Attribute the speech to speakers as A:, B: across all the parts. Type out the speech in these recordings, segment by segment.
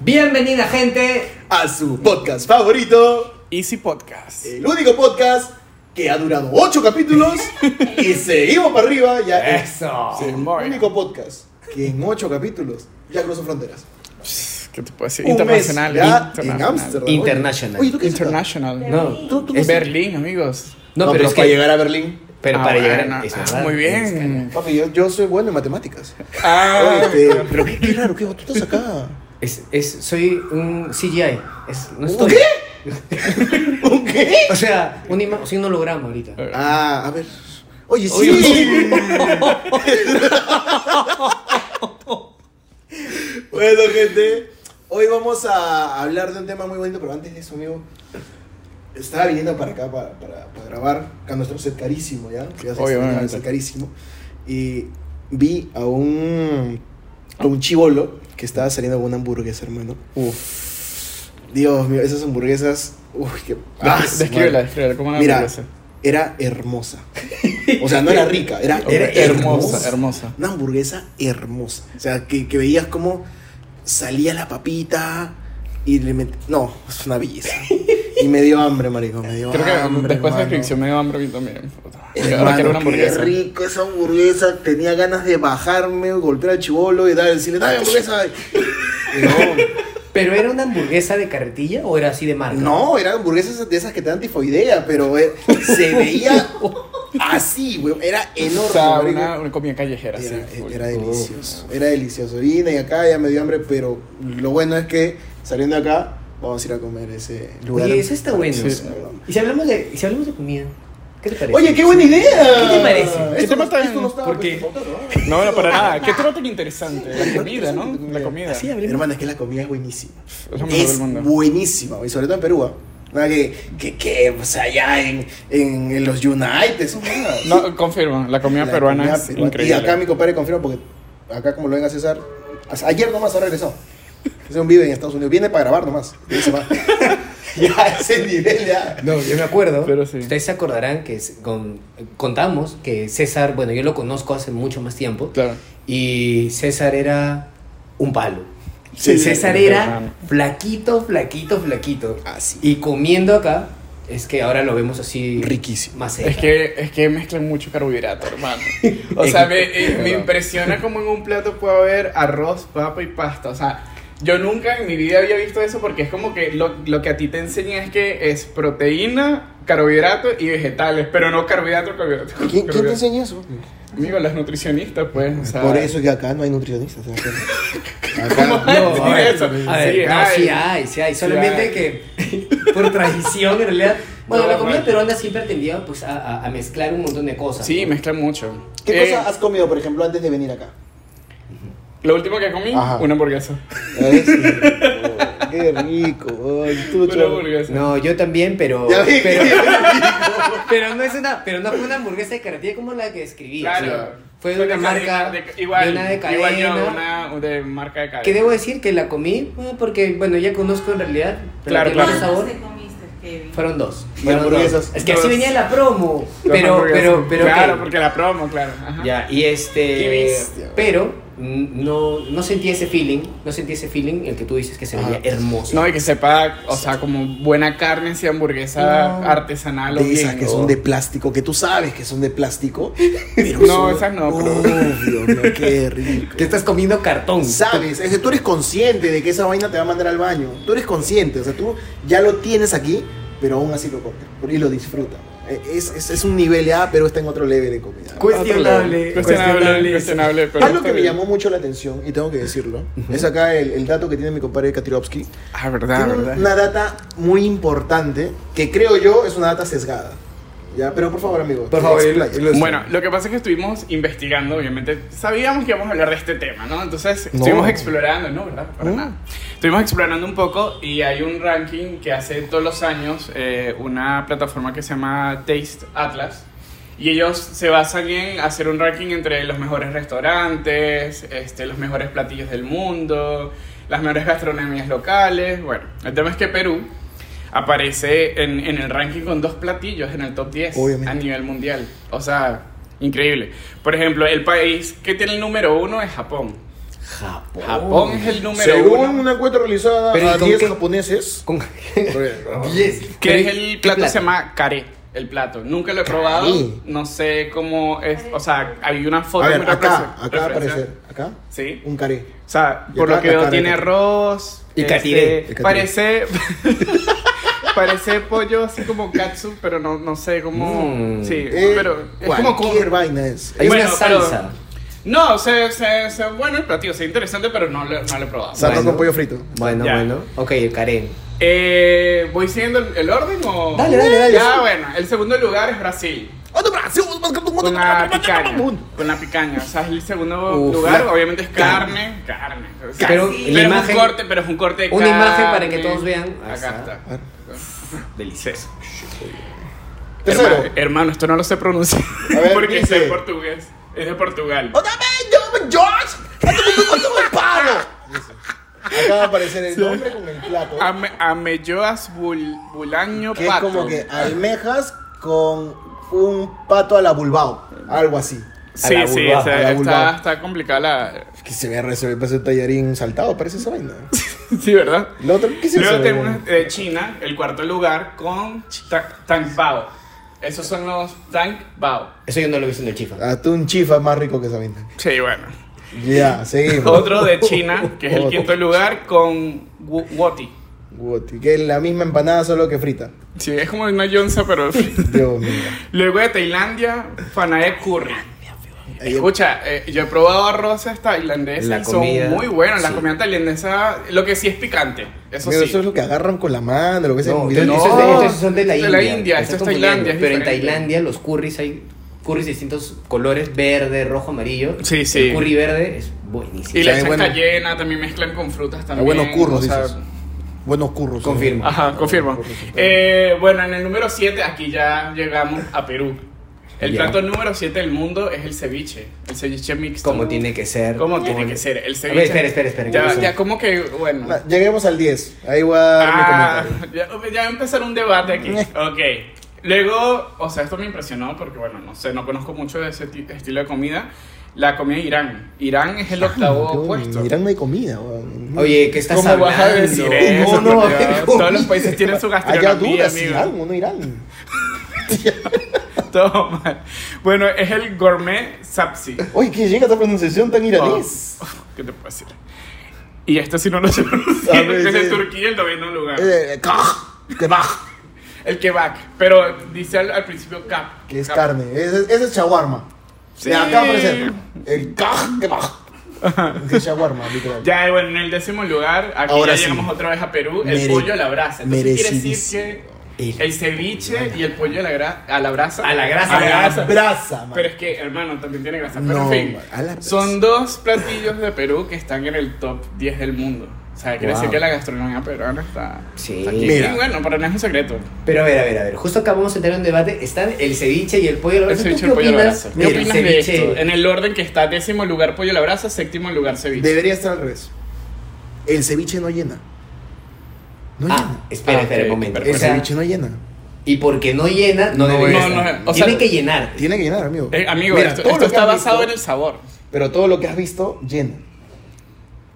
A: Bienvenida gente.
B: a su podcast favorito,
C: Easy Podcast.
B: el único podcast que ha durado 8 capítulos y seguimos para arriba. Ya
C: Eh.
D: Eh,
B: es
A: Eso.
C: Sí,
B: el
C: muy bien.
B: único podcast que en 8 capítulos ya cruzó fronteras.
C: ¿Qué te puedo decir?
B: Un mes
C: Internacional.
B: ya en
C: internacional.
B: Ámsterdam.
D: International.
B: Oye, ¿tú qué haces acá?
C: International.
D: No,
B: ¿Tú- tú qué
D: Es
B: haces?
D: ver-
C: Berlín, amigos.
D: no,
B: No,
D: pero es
B: para
D: que.
B: llegar a Berlín.
D: Pero
C: Ah,
D: para llegar
C: bueno,
D: es
C: ah,
D: verdad,
C: Muy
D: es que-
C: bien.
B: Papi, yo, yo soy bueno en matemáticas.
C: Ah,
B: Oye, este, pero qué, qué raro, qué tú estás acá.
D: Es, es, soy un CGI. Es, no estoy.
B: ¿Un qué?
D: O sea, un ima- soy un holograma ahorita.
B: Ah, a ver. Oye, sí. bueno, gente. Hoy vamos a hablar de un tema muy bonito, pero antes de eso, amigo. Estaba viniendo para acá para, para, para grabar. Acá nuestro set carísimo, ¿ya? Ya se
C: Obviamente.
B: extrañaba el set carísimo. Y vi a un, a un chivolo que estaba saliendo con una hamburguesa, hermano.
C: Uf.
B: Dios mío, esas hamburguesas. Uy, qué. ah, su
C: Descríbela,
B: madre.
C: descríbela. ¿Cómo
B: Mira,
C: hamburguesa?
B: era hermosa. O sea, no era rica, era,
C: Ok,
B: era hermosa,
C: hermosa, hermosa.
B: Una hamburguesa hermosa. O sea, que, que veías como salía la papita y le met... No, es una belleza. Y me dio hambre, marico, me dio
C: Creo que
B: hambre,
C: después de la
B: hermano.
C: descripción me dio hambre a mí también. Puta. Ahora quiero una
B: Hermano, qué
C: hamburguesa.
B: rico esa hamburguesa. Tenía ganas de bajarme, golpear al chivolo y dar, decirle, dame hamburguesa. Y No,
D: ¿Pero era una hamburguesa de carretilla o era así de marca?
B: no, eran hamburguesas de esas que te dan tifoidea, pero eh, se veía así, güey. Era enorme.
C: O sea,
B: marico.
C: una, una comida callejera. sí,
B: Era,
C: full. Oh.
B: era delicioso, era delicioso. Vine y acá ya me dio hambre, pero lo bueno es que saliendo de acá vamos a ir a comer ese lugar.
D: Oye, eso está bueno.
C: Sí.
D: ¿Y, si hablamos de, y si hablamos de comida, ¿qué te parece?
B: Oye, qué buena idea.
D: ¿Qué te parece?
B: Esto
C: ¿Qué te
B: no-
C: mata en-
B: esto no estaba
D: por qué?
B: presupuestado,
C: No, no, para nada. Qué trato tan interesante. La comida, ¿no? La comida.
D: Así
B: ¿no?
D: hablemos.
B: Hermano, es que la comida es buenísima.
C: Es lo mejor
B: Es
C: del mundo.
B: buenísima, y sobre todo en Perú. ¿ah? Nada que, que, que, o sea, allá en, en, en los United. eso, nada.
C: No, confirmo. La comida
B: La
C: peruana
B: comida
C: es
B: peruana.
C: increíble.
B: Y acá mi compadre confirma porque acá como lo ven a César, hasta ayer nomás ha regresado. Ese un vive en Estados Unidos, viene para grabar nomás. y se va. ya ese nivel ya.
D: No, yo me acuerdo.
C: Pero sí.
D: Ustedes se acordarán que es- con- contamos que César, bueno, yo lo conozco hace mucho más tiempo.
C: Claro.
D: Y César era un palo.
C: Sí,
D: César
C: sí,
D: era
C: hermano.
D: flaquito, flaquito, flaquito.
B: Así.
D: Y comiendo acá, es que ahora lo vemos así.
B: Riquísimo.
D: Más cerca.
C: Es que, es que mezclan mucho carbohidrato, hermano. O sea, me, eh, me
D: Perdón.
C: impresiona como en un plato puede haber arroz, papa y pasta. O sea, yo nunca en mi vida había visto eso porque es como que lo, lo que a ti te enseñan es que es proteína, carbohidrato y vegetales, pero no carbohidrato, carbohidrato.
B: ¿Quién, quién te
C: carbohidrato.
B: enseña eso?
C: Amigo, las nutricionistas, pues. O sea,
B: Por eso que acá no hay nutricionistas. ¿te das cuenta?
C: ¿Cómo
B: Acá,
C: vas a
D: No, a
C: decir
D: ver,
C: eso?
D: a ver,
C: Sí,
D: no,
C: ay.
D: sí hay, sí hay.
C: Sí
D: Solamente
C: hay.
D: que por tradición, en realidad. Bueno,
C: No,
D: la comida
C: man.
D: peruana siempre tendía pues, a, a- a mezclar un montón de cosas.
C: Sí,
D: ¿no?
C: mezclan mucho.
B: ¿Qué
C: Eh,
B: cosa has comido, por ejemplo, antes de venir acá?
C: Lo último que comí,
B: Ajá.
C: una hamburguesa.
B: ¿Ves? Oh, qué rico. Ay, tú,
C: Una
B: chavo.
C: hamburguesa.
D: No, yo también, pero.
B: Ya vi.
D: pero, pero no es una. Pero no fue una hamburguesa de carretilla como la que escribí.
C: Claro.
D: o sea, fue de una marca.
C: cadena, de- igual,
D: de una de cadena.
C: Igual yo, una de marca de cadena.
D: Que debo decir que la comí, bueno, porque bueno, ya conozco en realidad.
C: Claro,
D: relativamente el
C: claro.
E: ¿Cuántos
D: sabor.
E: te comiste, Kevin?
D: Fueron dos.
B: Y
D: fueron dos.
B: hamburguesas.
D: Es que
C: Dos.
D: así venía la promo.
C: Dos
D: Pero,
C: hamburguesas.
D: pero, pero.
C: Claro,
D: ok.
C: porque la promo, claro. Ajá.
D: Ya, y
C: Qué
D: este.
C: bestia,
D: Pero mm, no, no sentí ese feeling. No sentí ese feeling el que tú dices que se veía hermoso.
C: No, y que sepa, o sea, como buena carne, si hamburguesa
D: No.
C: artesanal o
B: De esas
C: bien.
B: que
C: ¿no?
B: son de plástico, que tú sabes que son de plástico. Pero
C: No,
B: son-
C: esas no, pero-
B: Oh, Dios mío, qué rico.
D: Que estás comiendo cartón.
B: Sabes, es que tú eres consciente de que esa vaina te va a mandar al baño. Tú eres consciente, o sea, tú ya lo tienes aquí, pero aún así lo comes y lo disfrutas. Eh, Es, es- es un nivel A, pero está en otro level de comida.
D: Cuestionable.
C: Cuestionable, cuestionable. pero
B: Algo
C: está
B: que me
C: bien.
B: llamó mucho la atención, y tengo que decirlo, es acá el, el dato que tiene mi compadre Katirovsky.
C: Ah, verdad,
B: Tiene
C: verdad.
B: una data muy importante, que creo yo es una data sesgada. ¿Ya? Pero por favor, amigo.
D: Por favor,
B: explaya.
D: ilustra.
C: Bueno, lo que pasa es que estuvimos investigando, obviamente. Sabíamos que íbamos a hablar de este tema, ¿no? Entonces,
B: No.
C: estuvimos explorando, ¿no? ¿Verdad? Para nada. Estuvimos explorando un poco y hay un ranking que hace todos los años eh, una plataforma que se llama Taste Atlas. Y ellos se basan en hacer un ranking entre los mejores restaurantes, este, los mejores platillos del mundo, las mejores gastronomías locales. Bueno, el tema es que Perú aparece en, en el ranking con dos platillos en el top 10
B: Obviamente.
C: a nivel mundial. O sea, increíble. Por ejemplo, el país que tiene el número uno es Japón.
D: Japón.
C: Japón es el número
B: Oh, Según
C: uno.
B: una encuesta realizada
D: Pero, ¿y
B: a
D: con
B: 10
D: qué?
B: japoneses.
D: Con-
C: Que es el plato se llama caré, el plato. Nunca lo he probado,
B: Caré.
C: no sé cómo es, o sea, hay una foto
B: A ver,
C: muy
B: acá,
C: represen-
B: acá va a
C: referencia.
B: aparecer. Acá,
C: Sí.
B: un caré.
C: O sea,
B: Y
C: por lo
B: acá
C: que
B: la
C: veo
B: caré
C: tiene
B: también.
C: arroz. este,
D: Y catiré,
B: y catiré.
C: Parece. parece pollo así como katsu, pero no, no sé cómo.
D: Mm.
C: Sí,
B: Eh,
C: pero es
B: cualquier
C: como. con-
B: vaina es.
D: Hay
C: Bueno,
D: una
C: pero-
D: salsa.
C: No, o sea, o sea, o sea, bueno el platillo, o sea, interesante, pero no lo, no lo he probado.
B: Salsa
D: Bueno.
B: con pollo frito.
D: Bueno,
C: Ya.
D: bueno. Ok, el caré.
C: Eh, ¿Voy siguiendo el, el orden o.?
D: Dale, dale, dale.
C: Ya, bueno, el segundo lugar es Brasil.
B: Otro Brasil, más que todo mundo,
C: Con la picaña.
B: mundo.
C: Con la picaña. O sea, es el segundo
D: Uf,
C: lugar,
D: la-
C: obviamente es carne. Carne. O sea,
D: Pero
C: sí,
D: la
C: pero es
D: imagen-
C: un corte, pero es un corte de
D: una
C: carne.
D: imagen para que todos vean. Ahí
C: Acá
D: está.
C: está. Delicioso.
B: Tercero.
C: Hermano, hermano, esto no lo sé pronunciar.
B: A ver,
C: porque
B: dice. Oh.
C: es de portugués. Es de Portugal.
B: ¡Otra vez, yo, George! ¡Otro mundo, otro mundo, palo! Acá va a aparecer el nombre con el plato.
C: Ame, amelloas bul, bulaño
B: Que es
C: pato.
B: como que almejas con un pato a la bulbao. Algo así.
C: Sí,
D: A la
C: sí,
D: vulva,
C: o sea,
B: a la vulva.
C: está, está complicada la.
B: Que se ve, se ve, parece un tallarín saltado, parece esa vaina.
C: Sí, ¿verdad?
B: Lo otro, ¿qué se
C: Luego tenemos de China, el cuarto lugar, con chi- ta- Tang Bao. Esos son los Tang Bao.
D: Eso yo no lo he visto en el chifa.
B: Atún chifa es más rico que esa vaina.
C: Sí, bueno. Oh.
B: Ya, seguimos.
C: Otro de China, que es el
B: Otro.
C: quinto lugar, con Wu- Woti.
B: Guti, Que es la misma empanada, solo que frita.
C: Sí, es como una yonza, pero.
B: Dios mío.
C: Luego de Tailandia, Fanae Curry. Escucha, eh, yo he probado arrozas tailandesas
D: La
C: y son
D: comida,
C: muy buenas. La
D: sí.
C: comida tailandesa, lo que sí es picante, eso
B: Pero
C: sí.
B: eso es lo que agarran con la mano, lo que se
D: No,
B: video.
D: entonces,
C: no,
D: esos- entonces son de la
C: es
D: India.
C: de la India,
D: Me
C: esto es
D: estás
C: Tailandia, es
D: confundiendo. Pero en
C: diferente.
D: Tailandia los curries hay curries de distintos colores, verde, rojo, amarillo.
C: Sí, sí.
D: El curry verde es buenísimo.
C: Y la
B: Sí,
C: echan
B: bueno.
C: cayena, también mezclan con frutas también.
B: buenos curros,
C: o sea,
B: dices. Buenos curros. ¿no?
D: Confirmo.
C: Ajá, confirmo. Eh, bueno, en el número 7, aquí ya llegamos a Perú. El
D: Ya.
C: plato número 7 del mundo es el ceviche. El ceviche mixto.
D: Como tiene que ser.
C: Como tiene que ser. El
D: A
C: ceviche.
D: ver, espera, espera, espera. ¿qué
C: Ya,
D: pasó?
C: ya como que, bueno.
B: Na, Ah, Lleguemos al 10. Ahí voy a dar mi
C: Ah,
B: comentario.
C: ya, ya va a empezar un debate aquí.
B: Eh.
C: Ok. Luego, o sea, esto me impresionó porque, bueno, no sé, no conozco mucho de ese ti- estilo de comida. La comida de Irán. Irán es el
D: Ah,
C: octavo
B: Dios,
C: puesto.
B: En Irán no hay comida, weón.
D: Oye, ¿qué estás
C: ¿Cómo
D: hablando?
C: vas a decir
D: No,
C: eso?
D: no,
C: por Dios?
D: amigo.
C: Todos los países tienen su
B: Allá
C: gastronomía,
B: dudas si
C: amigo.
B: Irán o no Irán.
C: Todo mal. Bueno, es el gourmet sapsi.
B: Oye, que llega esta pronunciación
D: Ah.
B: tan iraníes.
C: ¿Qué te puedo decir? Y esto sí no lo sé pronunciar.
B: Sabe,
C: Es
B: Ah, sí.
C: de Turquía el noveno lugar.
B: Eh, kaj, que baj,
C: El kebab. Pero dice al, al principio kap.
B: que es
C: Kap.
B: carne. Ese, ese es shawarma.
C: Sí.
B: De Acá aparece el kaj, que baj. Que es shawarma, literal.
C: Ya, bueno, en el décimo lugar, aquí
B: Ahora
C: ya
B: sí.
C: llegamos otra vez a Perú, el
B: Mere-
C: pollo a la brasa. Entonces quiere decir
B: merecidísimo.
D: El-
C: que el ceviche y el pollo a la, gra- a la brasa.
D: A la grasa.
C: A la grasa.
B: brasa, man.
C: Pero es que, hermano, también tiene grasa. Pero
B: No,
C: en fin,
B: a la brasa.
C: son dos platillos de Perú que están en el top 10 del mundo. O sea, quiere
D: Wow.
C: decir que la gastronomía peruana está,
D: Sí.
C: está aquí.
B: Mira.
C: Y bueno, para no es un secreto.
D: Pero a ver, a ver, a ver. Justo acá vamos a tener un debate. Están el ceviche y el pollo a la
C: El
D: brasa. ¿Tú
C: ceviche y
D: qué
C: el pollo a la
D: opinas?
C: brasa. ¿Qué
D: Mira,
C: opinas de esto? En el orden que está, décimo lugar pollo a la brasa, séptimo lugar ceviche.
B: Debería estar al revés. El ceviche no llena. No
D: Ah,
B: llena.
D: espera,
C: Ah,
D: espera un
C: ok,
D: momento.
B: El
D: O sea,
B: ceviche no llena.
D: y porque no llena, no,
B: No
D: debe
B: es-
D: llenar.
C: no, no, o
D: Tiene
C: sea-
D: que llenar.
B: Tiene que llenar, amigo.
C: Eh, amigo,
B: Mira,
C: esto,
B: todo
C: esto
B: lo que
C: está
B: has
C: basado
B: visto-
C: en el sabor.
B: Pero todo lo que has visto llena.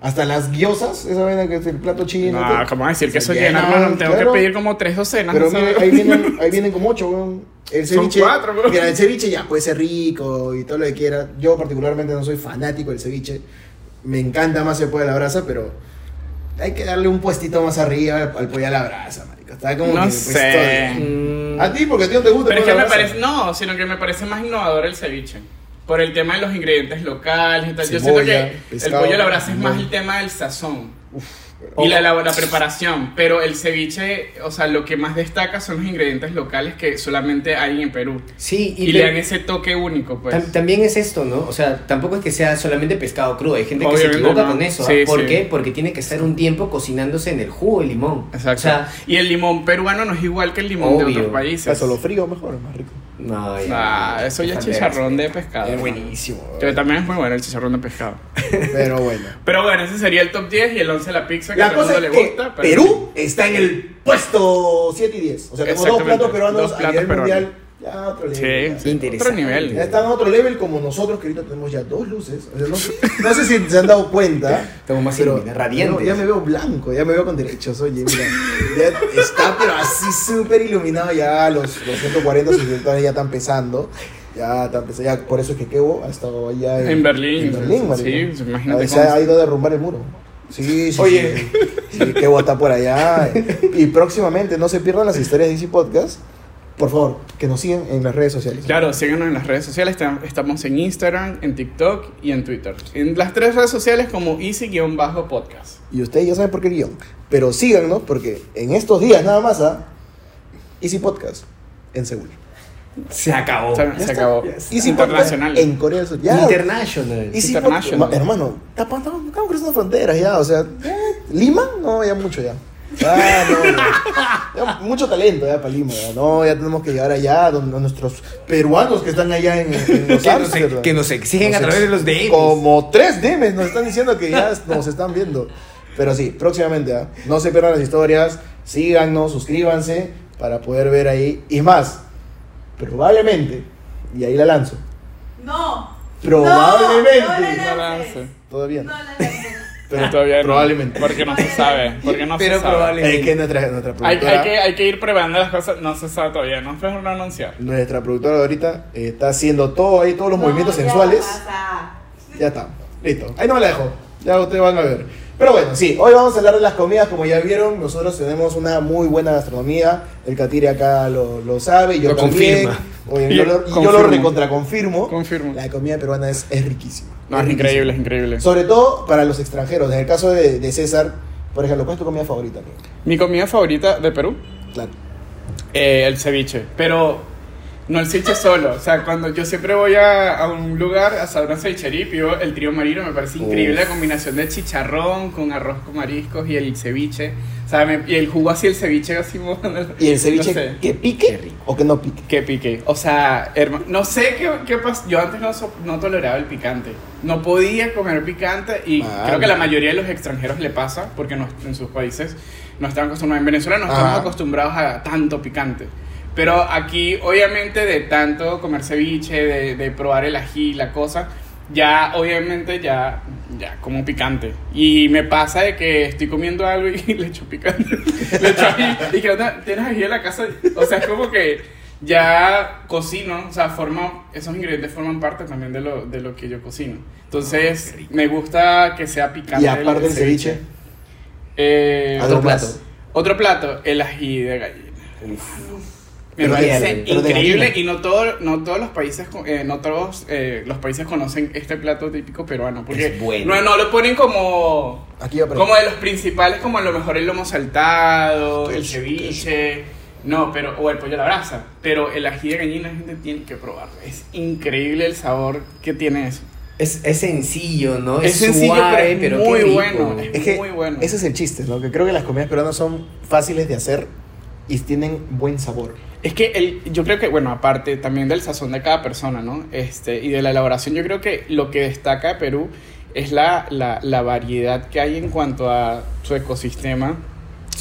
B: Hasta las guiosas, esa vaina que es el plato chino.
C: No,
B: todo.
C: ¿cómo vas a decir que eso
B: Se
C: llena,
B: llenan,
C: hermano? Tengo
B: claro.
C: que pedir como tres docenas.
B: Pero
C: o sea.
B: mire, ahí vienen, ahí vienen como ocho, weón. El
C: Son
B: ceviche,
C: cuatro, weón.
B: Mira, el ceviche ya puede ser rico y todo lo que quiera. Yo particularmente no soy fanático del ceviche. Me encanta más el pollo a la brasa, pero hay que darle un puestito más arriba al, al pollo a la brasa, marica. Está como
C: No
B: que, pues,
C: sé.
B: todo.
D: Mm,
B: A ti, porque a ti no te gusta el
C: Pero es que
B: pollo a
C: me
B: la brasa.
C: parece, no, sino que me parece más innovador el ceviche. Por el tema de los ingredientes locales y tal. Yo siento
B: Cebolla,
C: que
B: pescado,
C: el pollo a la brasa es
B: limón.
C: más el tema del sazón.
D: Ojo.
C: Y la, la, la preparación, pero el ceviche, o sea, lo que más destaca son los ingredientes locales que solamente hay en Perú.
D: sí,
C: Y,
D: y,
C: le
D: te-
C: dan ese toque único, pues.
D: Tam- También es esto, ¿no? O sea, tampoco es que sea solamente pescado crudo. Hay gente que
C: Obviamente
D: se equivoca
C: no.
D: con eso. ¿ah?
C: Sí,
D: ¿Por
C: sí.
D: qué? Porque tiene que estar un tiempo cocinándose en el jugo de limón.
C: Exacto.
D: O sea,
C: y el limón peruano no es igual que el limón de
D: Obvio.
C: otros países.
B: Eso lo frío mejor, es más rico.
D: no,
C: Ah, eso ya es chicharrón de pescado.
B: Es
C: hermano.
B: buenísimo.
C: Que
B: weón.
C: también es muy bueno el chicharrón de pescado.
B: Pero bueno.
C: Pero bueno, ese sería el top 10 y el 11 la pizza que a
B: La
C: todo
B: cosa
C: el
B: es
C: mundo
B: que
C: le gusta. pero-
B: Perú está en el puesto 7 y 10. O sea, tenemos dos
C: Exactamente,
B: platos peruanos
C: dos
B: a
C: platos
B: nivel mundial Ya, otro
C: Sí,
B: level.
C: sí,
D: Interesante.
C: Otro nivel.
B: Ya están a otro level como nosotros, que ahorita tenemos ya dos luces. O sea, no, sé, no sé si se han dado cuenta.
D: Estamos más
B: pero
D: iluminados, radiantes.
B: no, ya me veo blanco, ya me veo con derechos. Oye, mira, ya está, pero así súper iluminado. Ya los, los 140, 50 ya están pesando. Ya están pesando. Ya, por eso es que Kevo ha estado allá en,
C: En Berlín.
B: En Berlín, marico.
C: Sí, imagínate
B: Ah, Se
C: cómo-
B: ha ido a derrumbar el muro. Sí, sí.
D: Oye.
B: sí, sí. Sí, Kevo está por allá. Y próximamente, no se pierdan las historias de DC Podcast. Por favor, que nos sigan en las redes sociales.
C: Claro, síganos en las redes sociales. Tam- Estamos en Instagram, en TikTok y en Twitter. En las tres redes sociales como easy-podcast.
B: Y ustedes ya saben por qué el guión. Pero síganos porque en estos días nada más a Easy Podcast en Seúl.
D: Se acabó.
C: O sea,
B: Oh. Ya
C: se
B: está,
C: acabó.
B: ya está. Easy Podcast
C: Internacional.
B: en Corea del Sur. Ya.
D: International.
B: Easy
C: International.
B: Podcast. Ma- Hermano, tapa- estamos estamos cruzando fronteras ya. O sea, ya, Lima, no, ya mucho ya. Ah, no, ya. Ya mucho talento ya para Lima. ya. No, ya tenemos que llegar allá donde nuestros peruanos que están allá en, en los
D: Que nos,
B: Amsterdam.
D: que nos exigen a
B: Nos
D: través de
B: ex-
D: los DMs.
B: Como tres DMs nos están diciendo que ya nos están viendo. Pero sí, próximamente, ¿ah? no se pierdan las historias, síganos, suscríbanse para poder ver ahí. Y más, probablemente, y ahí la lanzo,
A: No.
B: Probablemente.
A: No, no,
C: No
A: la
C: la
A: lances.
C: hace.
B: todavía
A: No
B: no.
A: la lances.
C: Pero todavía no.
B: probablemente.
C: Porque no se sabe. Porque no
D: Pero
C: se sabe.
D: probable.
B: Es que nuestra, nuestra
C: Hay,
B: productora,
C: hay que, hay que ir probando las cosas. No se sabe todavía. No es mejor no anunciar.
B: nuestra productora ahorita eh, está haciendo todo ahí, todos los
A: No,
B: movimientos
A: ya
B: sensuales.
A: pasa.
B: Ya está, listo. Ahí no me la dejo. Ya ustedes van a ver. Pero bueno, sí, hoy vamos a hablar de las comidas, como ya vieron, nosotros tenemos una muy buena gastronomía, el Catire acá lo, lo sabe, y yo
D: Lo
B: también.
D: confirma.
B: Oye,
C: Y
B: yo, lo, y yo
C: confirmo.
B: lo recontraconfirmo.
C: Confirmo.
B: La comida peruana es, es riquísima.
C: No, es
B: riquísima.
C: increíble, es increíble.
B: Sobre todo para los extranjeros, en el caso de, de César, por ejemplo, ¿cuál es tu comida favorita? amigo?
C: Mi comida favorita de Perú,
B: Claro.
C: eh, el ceviche. Pero no el ceviche solo. O sea, cuando yo siempre voy a, a un lugar a saber un cevichería y pido el trío marino, me parece increíble
B: Uf.
C: la combinación de chicharrón con arroz con mariscos y el ceviche. O sea, me- y el jugo así, el ceviche así. mojando-
B: ¿Y el
C: no
B: ceviche
C: sé.
B: que
D: Qué
B: pique
D: rico.
B: o que no pique?
C: Que pique. O sea, herma- no sé qué, qué pasó. Yo antes no, so- no toleraba el picante. No podía comer picante y
B: Vale.
C: creo que la mayoría de los extranjeros le pasa porque no- en sus países no están acostumbrados. En Venezuela no estamos
B: Ajá.
C: acostumbrados a tanto picante. Pero aquí, obviamente, de tanto comer ceviche, de, de probar el ají, la cosa, ya, obviamente, ya, ya como picante. Y me pasa de que estoy comiendo algo y le echo picante. le echo ají. Y que onda, tienes ají en la casa. O sea, es como que ya cocino, o sea, forma, esos ingredientes forman parte también de lo, de lo que yo cocino. Entonces, me gusta que sea picante.
B: Y aparte del ceviche,
C: Eh,
B: algo
D: Otro plato.
B: más.
C: otro plato, el ají de gallina. Me
B: Pero de
C: parece
B: gallina, pero de
C: increíble
B: gallina.
C: y no, todo, no todos los países con- eh, no todos eh, los países conocen este plato típico peruano porque
D: Es bueno.
C: no, no lo ponen como
B: Aquí va a
C: como de los principales como a lo mejor el lomo saltado, el
B: Queso,
C: ceviche, no, pero o el pollo a la brasa, pero el ají de gallina la gente tiene que probarlo. Es increíble el sabor que tiene eso.
D: Es, es sencillo, ¿no?
C: Es sencillo, pero
D: suave,
C: es
D: pero
C: muy
D: qué rico.
C: bueno.
B: Es que
C: Muy bueno.
B: ese es el chiste, ¿no? Que creo que las comidas peruanas son fáciles de hacer y tienen buen sabor.
C: Es que el, yo creo que, bueno, aparte también del sazón de cada persona, ¿no? Este, y de la elaboración, yo creo que lo que destaca de Perú es la, la, la variedad que hay en cuanto a su ecosistema,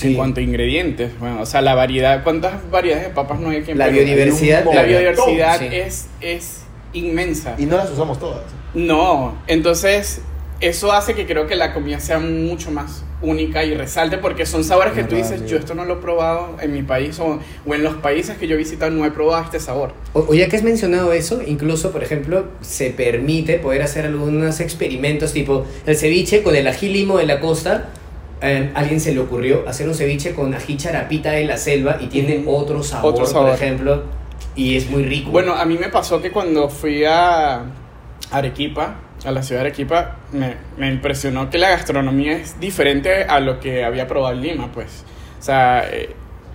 C: en cuanto a ingredientes. Bueno, o sea, la variedad, ¿cuántas variedades de papas no hay aquí en
D: La
C: Perú?
D: biodiversidad.
C: La biodiversidad
D: Sí.
C: es, es inmensa.
B: Y no las usamos todas.
C: No, entonces eso hace que creo que la comida sea mucho más única y resalte porque son sabores que tú
B: Verdad,
C: dices,
B: amigo.
C: yo esto no lo he probado en mi país o, o en los países que yo he visitado no he probado este sabor.
D: O, o ya que has mencionado eso, incluso, por ejemplo, se permite poder hacer algunos experimentos tipo el ceviche con el ají limo de la costa. Eh, alguien se le ocurrió hacer un ceviche con ají charapita de la selva y tiene
C: Ujú.
D: otro sabor,
C: Otro sabor.
D: por ejemplo, y es muy rico.
C: Bueno, a mí me pasó que cuando fui a Arequipa, a la ciudad de Arequipa, me, me impresionó que la gastronomía es diferente a lo que había probado en Lima, pues. O sea, eh,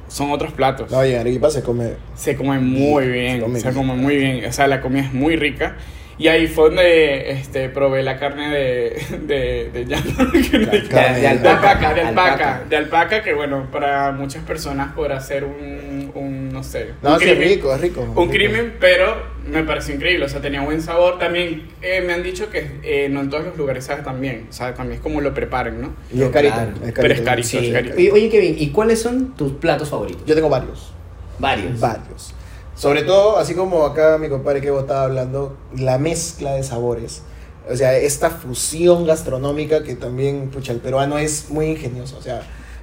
C: son otros platos.
B: No, oye, en Arequipa se come.
C: Se come muy
B: Sí,
C: bien,
B: se
C: se
B: come
C: come,
B: bien.
C: muy bien, o sea, la comida es muy rica. Y ahí fue donde este, probé la carne de, de, de llama, que no
D: de,
C: hay-
D: de
C: de
D: alpaca,
C: alpaca, de alpaca, de alpaca, que bueno, para muchas personas podrá ser un, un, no sé,
B: No,
C: un
B: sí, es
C: crimen.
B: rico, es rico. es
C: Un
B: rico.
C: crimen, pero me pareció increíble, o sea, tenía buen sabor. También eh, me han dicho que eh, no en todos los lugares sabe tan bien, o sea, también es como lo preparan, ¿no?
B: Y es carito.
D: Claro.
B: es carito.
C: Pero es carito,
D: Sí.
C: es carito.
D: Oye, Oye, Kevin, ¿y cuáles son tus platos favoritos?
B: Yo tengo varios.
D: Varios.
B: Varios. Sobre todo, así como acá mi compadre que estaba hablando, la mezcla de sabores. O sea, esta fusión gastronómica que también, pucha, el peruano es muy ingenioso. O sea,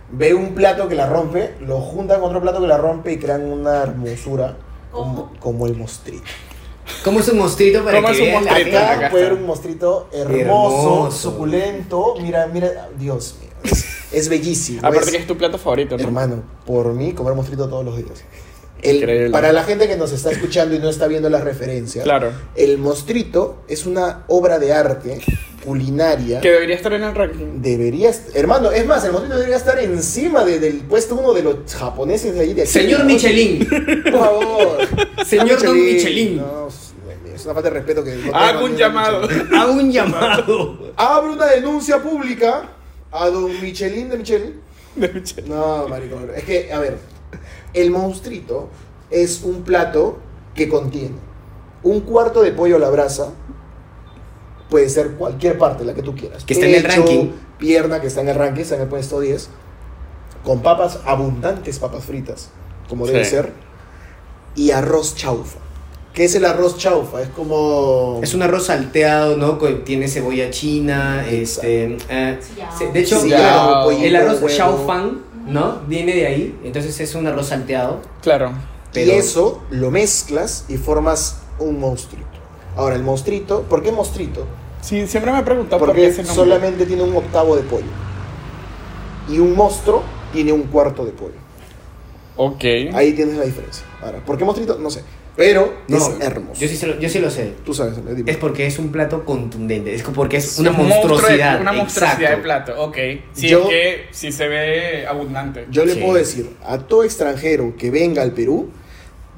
B: ve un plato que la rompe, lo junta con otro plato que la rompe y crean una hermosura como,
A: ¿Cómo?
B: como el mostrito.
D: ¿Cómo es un mostrito para
C: ¿Cómo
D: que
C: es un
D: vean la
C: mostrito?
D: gente?
C: acá
B: Acá puede
C: está.
B: ver un mostrito hermoso,
D: Hermoso.
B: suculento. Mira, mira, Dios mío, es, es bellísimo. es-
C: Aparte que es tu plato favorito, ¿no?
B: Pues, Hermano, por mí comer mostrito todos los días. El-
C: Increíble.
B: para la gente que nos está escuchando y no está viendo la referencia,
C: Claro.
B: el mostrito es una obra de arte culinaria.
C: Que debería estar en el ranking.
B: Deberías, hermano, es más, el mostrito debería estar encima de- del puesto uno de los japoneses de ahí de aquí.
D: Señor
B: ¿no?
D: Michelin.
B: por favor.
D: Señor Don Michelin.
B: No, es una falta de respeto que. no tenga
C: Hago un
B: Don
C: llamado.
B: Michelin.
D: Hago un llamado.
B: Abre una denuncia pública a don Michelin de Michelin.
C: De Michelle.
B: No, maricón. Es que, a ver, el monstrito es un plato que contiene un cuarto de pollo a la brasa. Puede ser cualquier parte, la que tú quieras.
D: Que está en el ranking.
B: Pierna que está en el ranking, está en el puesto 10. Con papas, abundantes papas fritas, como debe
C: Sí.
B: ser. Y arroz chaufa. ¿Qué es el arroz chaufa? Es como.
D: Es un arroz salteado, ¿no? Con- Tiene cebolla china,
B: Exacto.
D: este... eh,
A: Sillao.
D: se- de hecho,
B: Sí,
D: claro,
B: ah, pollito,
D: el arroz
B: huevo.
D: Shaofan, ¿no? Viene de ahí, entonces es un arroz salteado.
C: Claro.
D: Pero-
B: Y eso lo mezclas y formas un monstruito. Ahora, el monstruito, ¿por qué monstruito?
C: Sí, siempre me he preguntado por qué
B: Porque
C: ese nombre.
B: solamente tiene un octavo de pollo. Y un monstruo tiene un cuarto de pollo.
C: Ok.
B: Ahí tienes la diferencia. Ahora, ¿por qué monstruito? No sé. Pero es hermoso.
D: Yo sí, se lo, yo sí lo sé.
B: Tú sabes, Andrés, dime.
D: Es porque es un plato contundente, es porque es una
C: Un monstruo de-
D: monstruosidad.
C: una monstruosidad
D: exacto.
C: de plato, ok. Sí,
B: Yo-
C: es que sí se ve abundante.
B: Yo le
D: Sí.
B: puedo decir a todo extranjero que venga al Perú,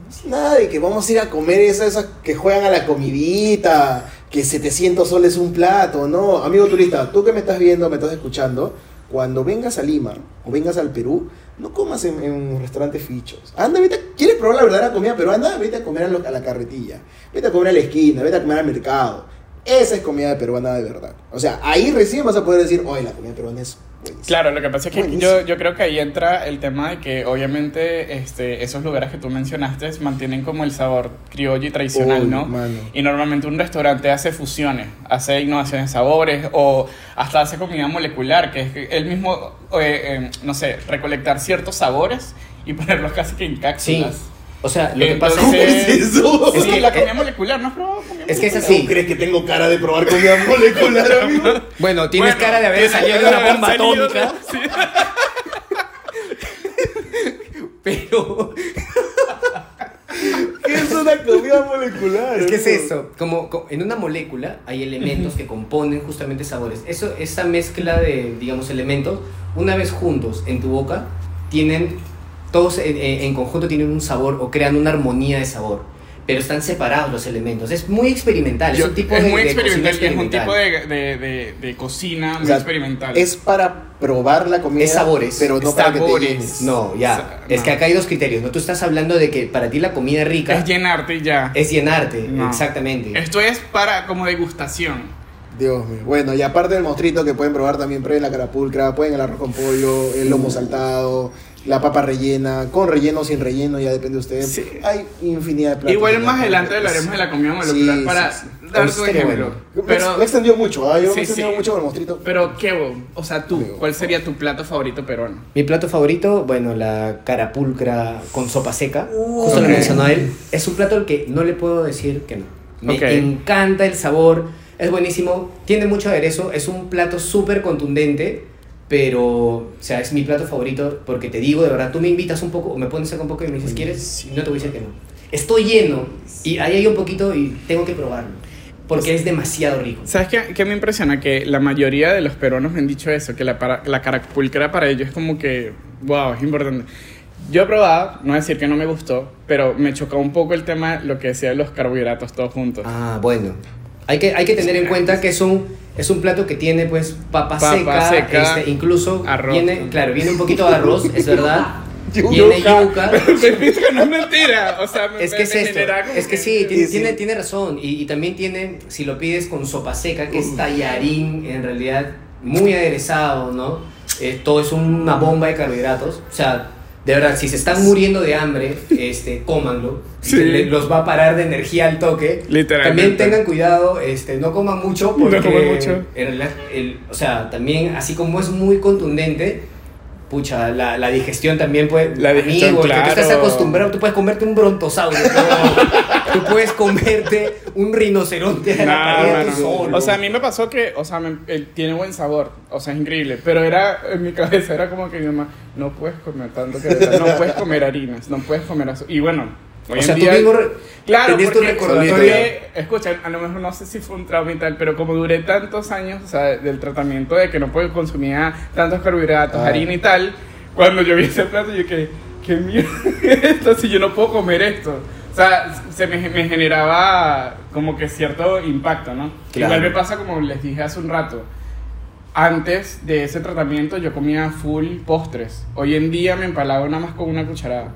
B: no es nada de que vamos a ir a comer esas, esas que juegan a la comidita, que 700 soles un plato, no. Amigo turista, tú que me estás viendo, me estás escuchando, cuando vengas a Lima o vengas al Perú, no comas en, en restaurantes fichos. Anda, vete, a- quieres probar la verdadera comida peruana, vete a comer a, lo- a la carretilla, vete a comer a la esquina, vete a comer al mercado. Esa es comida peruana de verdad. O sea, ahí recién vas a poder decir, oye, la comida peruana es buenísima.
C: Claro, lo que pasa es que
B: Buenísimo.
C: yo, yo creo que ahí entra el tema de que obviamente este, esos lugares que tú mencionaste mantienen como el sabor criollo y tradicional,
B: Uy,
C: ¿no?
B: mano.
C: Y normalmente un restaurante hace fusiones, hace innovaciones de sabores o hasta hace comida molecular, que es que él mismo, eh, eh, no sé, recolectar ciertos sabores y ponerlos casi que en
D: Sí.
C: cápsulas.
D: O sea, lo que pasa
C: ¿Cómo
D: es
C: es
B: eso?
C: Es
D: Sí,
C: que la
D: eh,
C: comida molecular, ¿no has probado comida
D: Es que es
C: molecular?
D: así.
B: crees que tengo cara de probar comida molecular, amigo?
D: Bueno, tienes
C: Bueno,
D: cara de haber
C: tienes
D: salido de
C: cara
D: una
C: haber
D: bomba
C: salido de-
D: atómica,
C: Sí.
D: pero
B: ¿Qué es una comida molecular?
D: es que es
B: amigo?
D: eso. Como, co- en una molécula hay elementos que componen justamente sabores. Eso, esa mezcla de, digamos, elementos, una vez juntos en tu boca, tienen todos en, en- en conjunto tienen un sabor o crean una armonía de sabor. Pero están separados los elementos. Es muy experimental.
C: Yo-
D: es un tipo
C: es
D: de,
C: muy
D: de cocina
C: experimental, y es un tipo
D: experimental.
C: de, de- de- de cocina muy
B: O sea,
C: experimental.
B: Es para probar la comida.
D: Es sabores,
B: Pero no para que te
C: sabores.
B: llenes.
D: No, ya.
C: O sea,
D: Es que
C: no.
D: acá hay dos criterios. No, tú estás hablando de que para ti la comida rica
C: Es llenarte y ya.
D: es llenarte.
C: No.
D: Exactamente.
C: Esto es para como degustación.
B: Dios mío. Bueno, y aparte del mostrito que pueden probar también, prueben la carapulcra, pueden el arroz con pollo, el lomo saltado, la papa rellena, con relleno o sin relleno, ya depende de ustedes.
C: Sí.
B: Hay infinidad de platos.
C: Igual más adelante hablaremos de la comida molecular
B: Sí,
C: para
B: sí, Este, sí.
C: dar
D: Eso
C: tu
D: estaría
C: ejemplo.
D: bueno.
B: Pero...
C: Pero,
B: Pues, Me extendió mucho, ¿ah? yo
C: Sí,
B: me extendió
C: sí.
B: mucho con el mostrito.
C: pero Kevo, o sea, tú,
B: Amigo.
C: ¿cuál sería tu plato favorito peruano?
D: Mi plato favorito, bueno, la carapulcra con sopa seca.
B: Uh,
D: justo lo
C: ok.
D: mencionó él. Es un plato al que no le puedo decir que no. Me
C: Ok.
D: encanta el sabor. Es buenísimo. Tiene mucho aderezo. Es un plato súper contundente. Pero, o sea, es mi plato favorito porque te digo, de verdad, tú me invitas un poco o me pones acá un poco y me dices, ¿quieres? No te voy a decir que no. Estoy lleno y ahí hay un poquito y tengo que probarlo porque es demasiado rico.
C: ¿Sabes qué, qué me impresiona? Que la mayoría de los peruanos me han dicho eso, que la, para- la carapulcra para ellos es como que, wow, es importante. Yo he probado, no voy a decir que no me gustó, pero me chocó un poco el tema, lo que decía de los carbohidratos todos juntos.
D: Ah, bueno. Hay que, hay que tener en cuenta que es un, es un plato que tiene pues papa,
C: Papa
D: seca,
C: seca,
D: este, incluso
C: arroz.
D: viene, claro, viene un poquito de arroz, es verdad.
B: Yuca.
D: Viene yuca.
C: Me viste que no es mentira. O sea, me,
D: Es que
C: me
D: es esto,
C: genera como
D: es que sí, tiene,
B: Sí, sí.
D: tiene, tiene razón. Y, y también tiene, si lo pides con sopa seca, que es tallarín, en realidad muy aderezado, ¿no? Eh, todo es una bomba de carbohidratos. O sea, De verdad, si se están muriendo de hambre, este, cómanlo.
C: Sí.
D: Se le- los va a parar de energía al toque.
C: Literalmente.
D: También tengan cuidado, este, no coman mucho porque
C: No coman mucho.
D: en realidad, el- o sea, también así como es muy contundente, pucha, la, la digestión también puede
C: La digestión,
D: amigo, el que tú estás
C: claro.
D: acostumbrado, tú puedes comerte un brontosaurio, tú puedes comerte un rinoceronte a la
C: Nah,
D: pared
C: mano.
D: tú solo.
C: O sea, a mí me pasó que, o sea, me- eh, tiene buen sabor, o sea, es increíble, pero era, en mi cabeza era como que mi mamá, no puedes comer tanto que no puedes comer harinas, no puedes comer azúcar, y bueno, hoy
D: O
C: en
D: sea, tú
C: día...
D: mismo re-
C: Claro,
D: tenías tu
C: porque
D: recordatorio.
C: duré- escucha, a lo mejor no sé si fue un trauma y tal, pero como duré tantos años, o sea, del tratamiento de que no puedo consumir tantos carbohidratos,
B: Ah.
C: harina y tal, cuando yo vi ese plato, yo que, qué mierda es esto, si yo no puedo comer esto. O sea, se me, me generaba como que cierto impacto, ¿no?
D: Claro.
C: Igual me pasa como les dije hace un rato. Antes de ese tratamiento yo comía full postres. Hoy en día me empalaba nada más con una cucharada.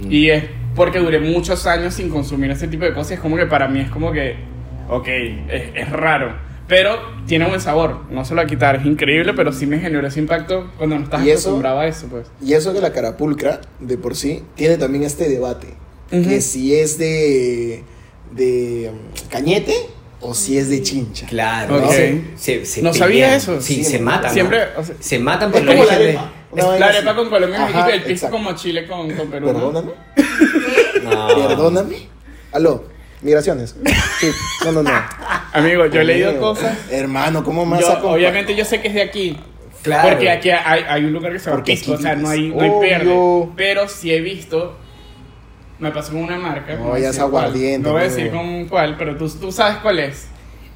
B: Mm.
C: Y es porque duré muchos años sin consumir ese tipo de cosas. y Es como que para mí es como que, ok, es, es raro. Pero tiene buen sabor, no se lo va a quitar. Es increíble, pero sí me generó ese impacto cuando no estás
B: ¿Y eso?
C: acostumbrado a eso, pues.
B: Y eso que la carapulcra, de por sí, tiene también este debate.
C: Ujú.
B: Que si es de, de mm, cañete o si es de chincha.
D: Claro,
C: Ok.
D: ¿no? Se- se
C: No sabía
D: pelean.
C: eso.
D: Sí,
B: Siempre.
D: se matan.
C: Siempre,
D: ¿no?
C: o sea,
D: se matan por
B: Es
D: el
B: como la
D: origen de-
B: arepa. una vaina
C: la
B: así.
C: arepa con Colombia y México
B: Ajá,
C: y el piso
B: exacto.
C: como Chile con, con Perú. ¿no?
B: Perdóname.
D: No.
B: Perdóname.
C: Ah.
B: Aló, migraciones. Sí, no, no, no.
C: Amigo, yo he leído
B: Amigo,
C: cosas.
B: Hermano, ¿cómo más
C: Yo,
B: saco-
C: obviamente yo sé que es de aquí.
D: Claro.
C: Porque aquí hay, hay un lugar que se llama
B: Porque
C: Pisco, o
B: aquí
C: sea, no hay, no
B: vives.
C: hay pierde.
B: Obvio.
C: Pero sí he visto, me pasó con una marca.
B: No,
C: voy a
B: ya es
C: decir cuál,
B: aguardiente,
C: No voy a
B: amigo.
C: decir con cuál, pero tú, tú sabes cuál es.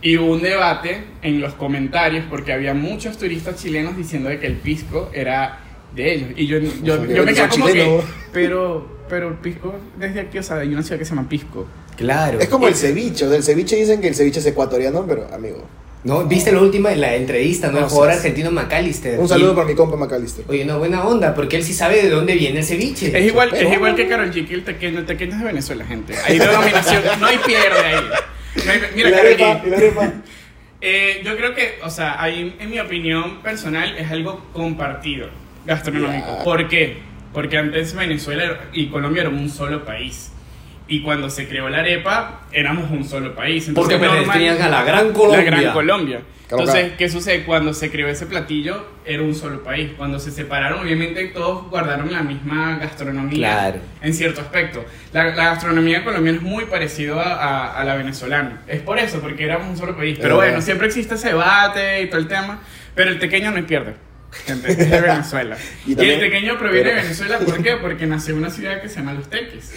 C: Y hubo un debate en los comentarios porque había muchos turistas chilenos diciendo de que el pisco era de ellos. Y yo, yo, yo me
B: Son
C: quedé como
B: chilenos.
C: que, pero, pero el pisco desde aquí, o sea, hay una ciudad que se llama Pisco.
D: Claro.
B: Es como el ceviche. Del ceviche dicen que el ceviche es ecuatoriano, pero amigo.
D: ¿No? ¿Viste lo último en la entrevista, no? El
B: No,
D: jugador
B: sí.
D: argentino McAllister.
B: Un saludo
D: Y-
B: para mi compa Macalister.
D: Oye, no, buena onda, porque él sí sabe de dónde viene el ceviche.
C: Es igual,
B: Pero-
C: es igual que Karol G, que el tequeño, el tequeño es de Venezuela, gente. Hay denominación, no hay pierde ahí. No hay- Mira,
B: Y la
C: Karol
B: arepa, y
C: G.
B: la arepa.
C: eh, yo creo que, o sea, ahí, en mi opinión personal, es algo compartido gastronómico.
B: Ya.
C: ¿Por qué? Porque antes Venezuela y Colombia eran un solo país. Y cuando se creó la arepa, éramos un solo país.
D: Porque pues,
C: Entonces, normal-
D: pertenecían a la Gran Colombia.
C: la Gran Colombia.
B: Claro,
C: Entonces,
B: claro.
C: ¿qué sucede? Cuando se creó ese platillo, era un solo país. Cuando se separaron, obviamente todos guardaron la misma gastronomía.
D: Claro.
C: En cierto aspecto. La, la gastronomía colombiana es muy parecida a, a la venezolana. Es por eso, porque éramos un solo país. Pero
B: Es
C: bueno,
B: verdad.
C: siempre existe ese debate y todo el tema. Pero el pequeño no pierde. Gente, es de Venezuela.
B: Y
C: y,
B: también-
C: el pequeño proviene
B: pero-
C: de Venezuela, ¿por qué? Porque nació en una ciudad que se llama Los Teques.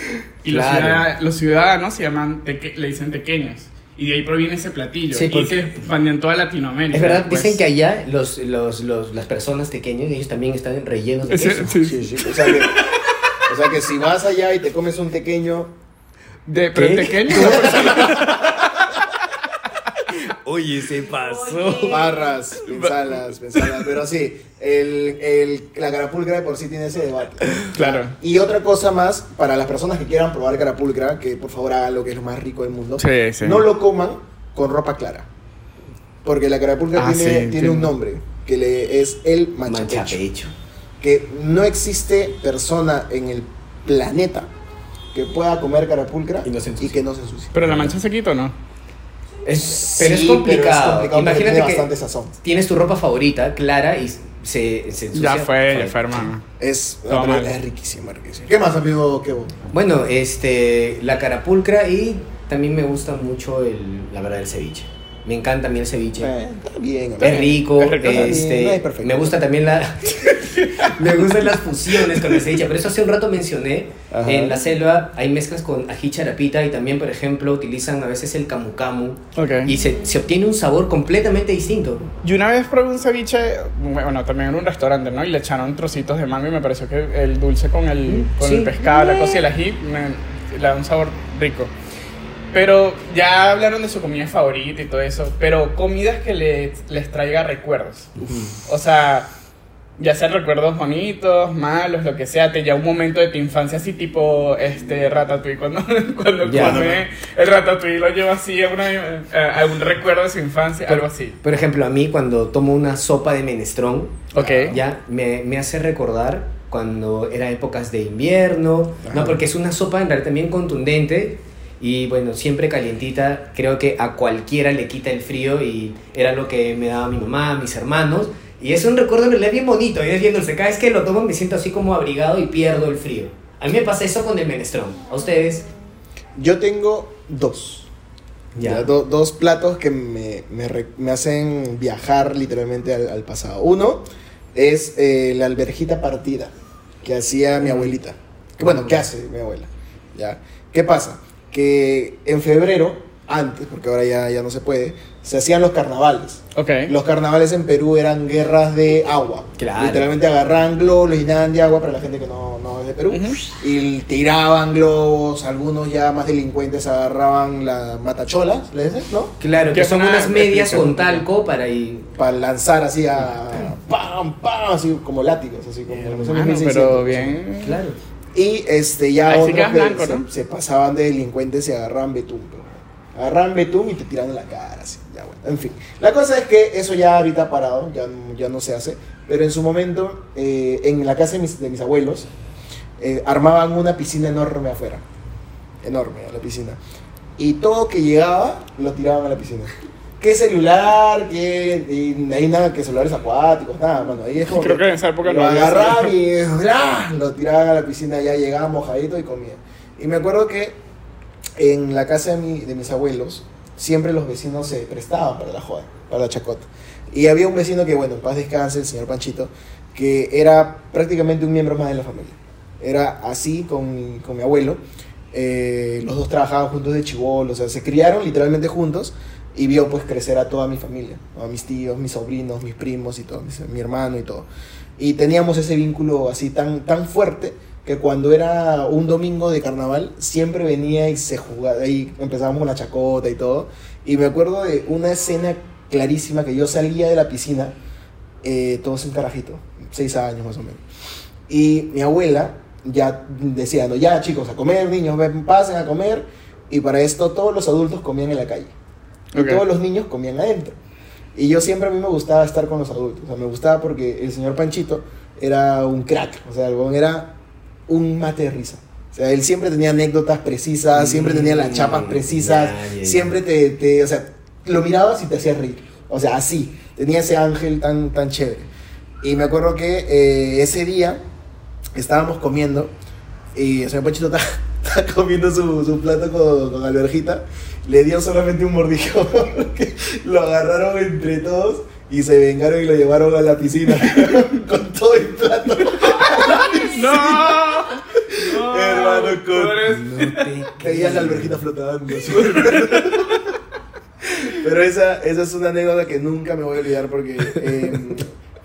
C: Y
D: Claro.
C: los, ciudad- los ciudadanos se llaman, teque- le dicen tequeños. Y de ahí proviene ese platillo.
D: Sí,
C: y
D: porque-
C: se expandió en toda Latinoamérica.
D: Es verdad,
C: pues.
D: dicen que allá los, los, los, las personas pequeñas, ellos también están rellenos de
C: Sí,
D: queso.
C: sí.
B: Sí, sí. O sea, que, o sea que si vas allá y te comes un pequeño.
C: De, pero el
D: ¿Qué?
C: tequeño, una persona-
D: Oye, se
A: Oye.
B: Barras, pensalas, pensalas. Pero sí, el, el, la carapulcra de por sí tiene ese debate.
C: Claro.
B: Y otra cosa más, para las personas que quieran probar carapulcra, que por favor hagan lo que es lo más rico del mundo.
C: Sí, sí.
B: No lo coman con ropa clara. Porque la carapulcra
C: Ah, sí,
B: tiene, tiene
C: entiendo.
B: un nombre, que le, es el manchapecho.
D: Manchapecho.
B: que no existe persona en el planeta que pueda comer carapulcra
D: Y no se ensucie.
B: que no se ensucie.
C: Pero la mancha se quita, ¿o ¿no?
D: Es- pero, es
B: Sí,
D: complicado.
B: pero
D: Imagínate
B: tiene
D: que
B: bastante sazón.
D: tienes tu ropa favorita, clara, y se, se ensucia.
C: Ya fue, ya fue, hermano.
B: Es,
C: Todo
B: pero
C: mal.
B: es riquísima, riquísima. ¿Qué más, amigo Kevo?
D: Bueno, este, la carapulcra y también me gusta mucho el, la verdad, el ceviche. Me encanta a mí el ceviche.
B: Eh, está bien, amigo.
D: Es rico,
C: Es rico,
D: este,
B: no es perfecto.
D: me gusta también la, me gustan las fusiones con el ceviche, pero eso hace un rato mencioné,
B: Ajá.
D: en la selva hay mezclas con ají charapita y también, por ejemplo, utilizan a veces el camu camu
C: Ok.
D: y se, se obtiene un sabor completamente distinto.
C: Y una vez probé un ceviche, bueno, también en un restaurante, ¿no? Y le echaron trocitos de mango y me pareció que el dulce con el, con
D: sí.
C: el pescado, la cosa y el ají, me- le da un sabor rico. Pero ya hablaron de su comida favorita y todo eso, pero comidas que les, les traiga recuerdos. O sea, ya sean recuerdos bonitos, malos, lo que sea, te ya un momento de tu infancia así tipo este ratatouille cuando cuando
D: Ya,
C: come el ratatouille lo lleva así a, una- a- a un recuerdo de su infancia, algo así.
D: Por
B: ¿Eh?
D: ejemplo, a mí cuando tomo una sopa de menestrón,
C: Ok.
D: ya me, me hace recordar cuando eran épocas de invierno,
B: Claro.
D: ¿no? Porque es una sopa en realidad también contundente y bueno, siempre calientita, creo que a cualquiera le quita el frío y era lo que me daba mi mamá, mis hermanos. Y es un recuerdo en realidad bien bonito, y es viéndose, cada vez que lo tomo me siento así como abrigado y pierdo el frío. A mí me pasa eso con el menestrón, a ustedes.
B: Yo tengo dos. Ya, do- dos platos que me, me re- me hacen viajar literalmente al, al pasado. Uno es eh, la alberjita partida que hacía mi abuelita. Que, bueno, que hace mi abuela. ¿ya? ¿Qué pasa? Que en febrero, antes, porque ahora ya, ya no se puede, se hacían los carnavales.
C: Ok.
B: Los carnavales en Perú eran guerras de agua.
D: Claro.
B: Literalmente agarraban globos, los llenaban de agua para la gente que no, no es de Perú.
C: Ujú.
B: Y tiraban globos, algunos ya más delincuentes agarraban la matachola, ¿le dices? ¿No?
D: Claro, que
C: Que
D: son
C: una
D: unas medias
C: explicación.
D: con talco para ir...
B: Para lanzar así a. ¡Pam! ¡Pam! Así como látigos, así como en los años
C: Hermano,
B: 1600,
C: pero
B: así.
C: bien.
D: Claro.
B: Y este, ya
C: Ahí sí
B: otros
C: quedas
B: que
C: blanco,
B: se,
C: ¿no?
B: se pasaban de delincuentes y agarraban betún. pero, Agarraban betún y te tiran en la cara. Así, ya, bueno. En fin, la cosa es que eso ya ahorita ha parado, ya, no- ya no se hace. Pero en su momento, eh, en la casa de mis, de mis abuelos, eh, armaban una piscina enorme afuera. Enorme la piscina. Y todo que llegaba lo tiraban a la piscina. ¿Qué celular? ¿Qué? Y ahí nada que celulares acuáticos, nada, mano. Ahí es como
C: Creo que en esa época
B: lo
C: no había
B: agarraban
C: eso.
B: y ¡bra! lo tiraban a la piscina, ya llegaba mojadito y comía. Y me acuerdo que en la casa de, mi- de mis abuelos, siempre los vecinos se prestaban para la joda, para la chacota. Y había un vecino que, bueno, en paz descanse, el señor Panchito, que era prácticamente un miembro más de la familia. Era así con mi, con mi abuelo. Eh, los dos trabajaban juntos de chivol, o sea, se criaron literalmente juntos y vio pues crecer a toda mi familia, ¿no? a mis tíos, mis sobrinos, mis primos y todo, mis- mi hermano y todo. Y teníamos ese vínculo así tan, tan fuerte que cuando era un domingo de carnaval siempre venía y se jugaba, y empezábamos con la chacota y todo. Y me acuerdo de una escena clarísima que yo salía de la piscina, eh, todos en carajito, seis años más o menos. Y mi abuela ya decía, no, ya chicos, a comer, niños, ven, pasen a comer. Y para esto todos los adultos comían en la calle. Y
C: Ok.
B: todos los niños comían adentro. Y yo siempre a mí me gustaba estar con los adultos. O sea, me gustaba porque el señor Panchito era un crack. O sea, el huevón era un mate de risa. O sea, él siempre tenía anécdotas precisas, siempre tenía las chapas
D: Mm,
B: precisas,
D: ya, ya, ya.
B: siempre te, te- o sea, lo mirabas y te hacías reír. O sea, así. Tenía ese ángel tan, tan chévere. Y me acuerdo que eh, ese día estábamos comiendo y el señor Panchito está, está comiendo su, su plato con, con alberjita. Le dio solamente un mordijón. porque lo agarraron entre todos y se vengaron y lo llevaron a la piscina con todo el plato.
C: ¡No! no
B: Hermano, con-
C: Pobres-
B: Veías la alberjita flotando. Pero esa, esa es una anécdota que nunca me voy a olvidar porque eh,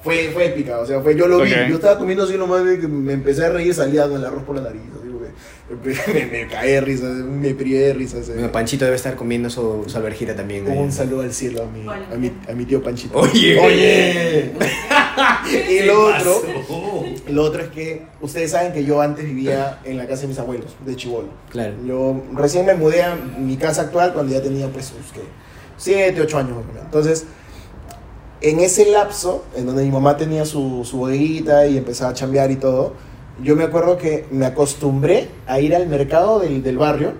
B: fue, fue épica. O sea, fue, yo lo vi.
C: Ok.
B: Yo estaba comiendo así nomás de que me empecé a reír, salía con el arroz por la nariz. así como que me, me, me caí de risa, me prié de risa. se-
D: Bueno, Panchito debe estar comiendo su, su alverjita también. ¿no?
B: Un saludo al cielo a mi,
A: Hola.
B: a mi, a mi tío Panchito.
D: Oye.
B: Oye. y lo otro,
D: Oh.
B: lo otro es que ustedes saben que yo antes vivía en la casa de mis abuelos, de Chibolo.
D: Claro.
B: Yo recién me mudé a mi casa actual cuando ya tenía pues sus que 7, 8 años. más o menos. Entonces, en ese lapso, en donde mi mamá tenía su, su bodeguita y empezaba a chambear y todo, yo me acuerdo que me acostumbré a ir al mercado del, del barrio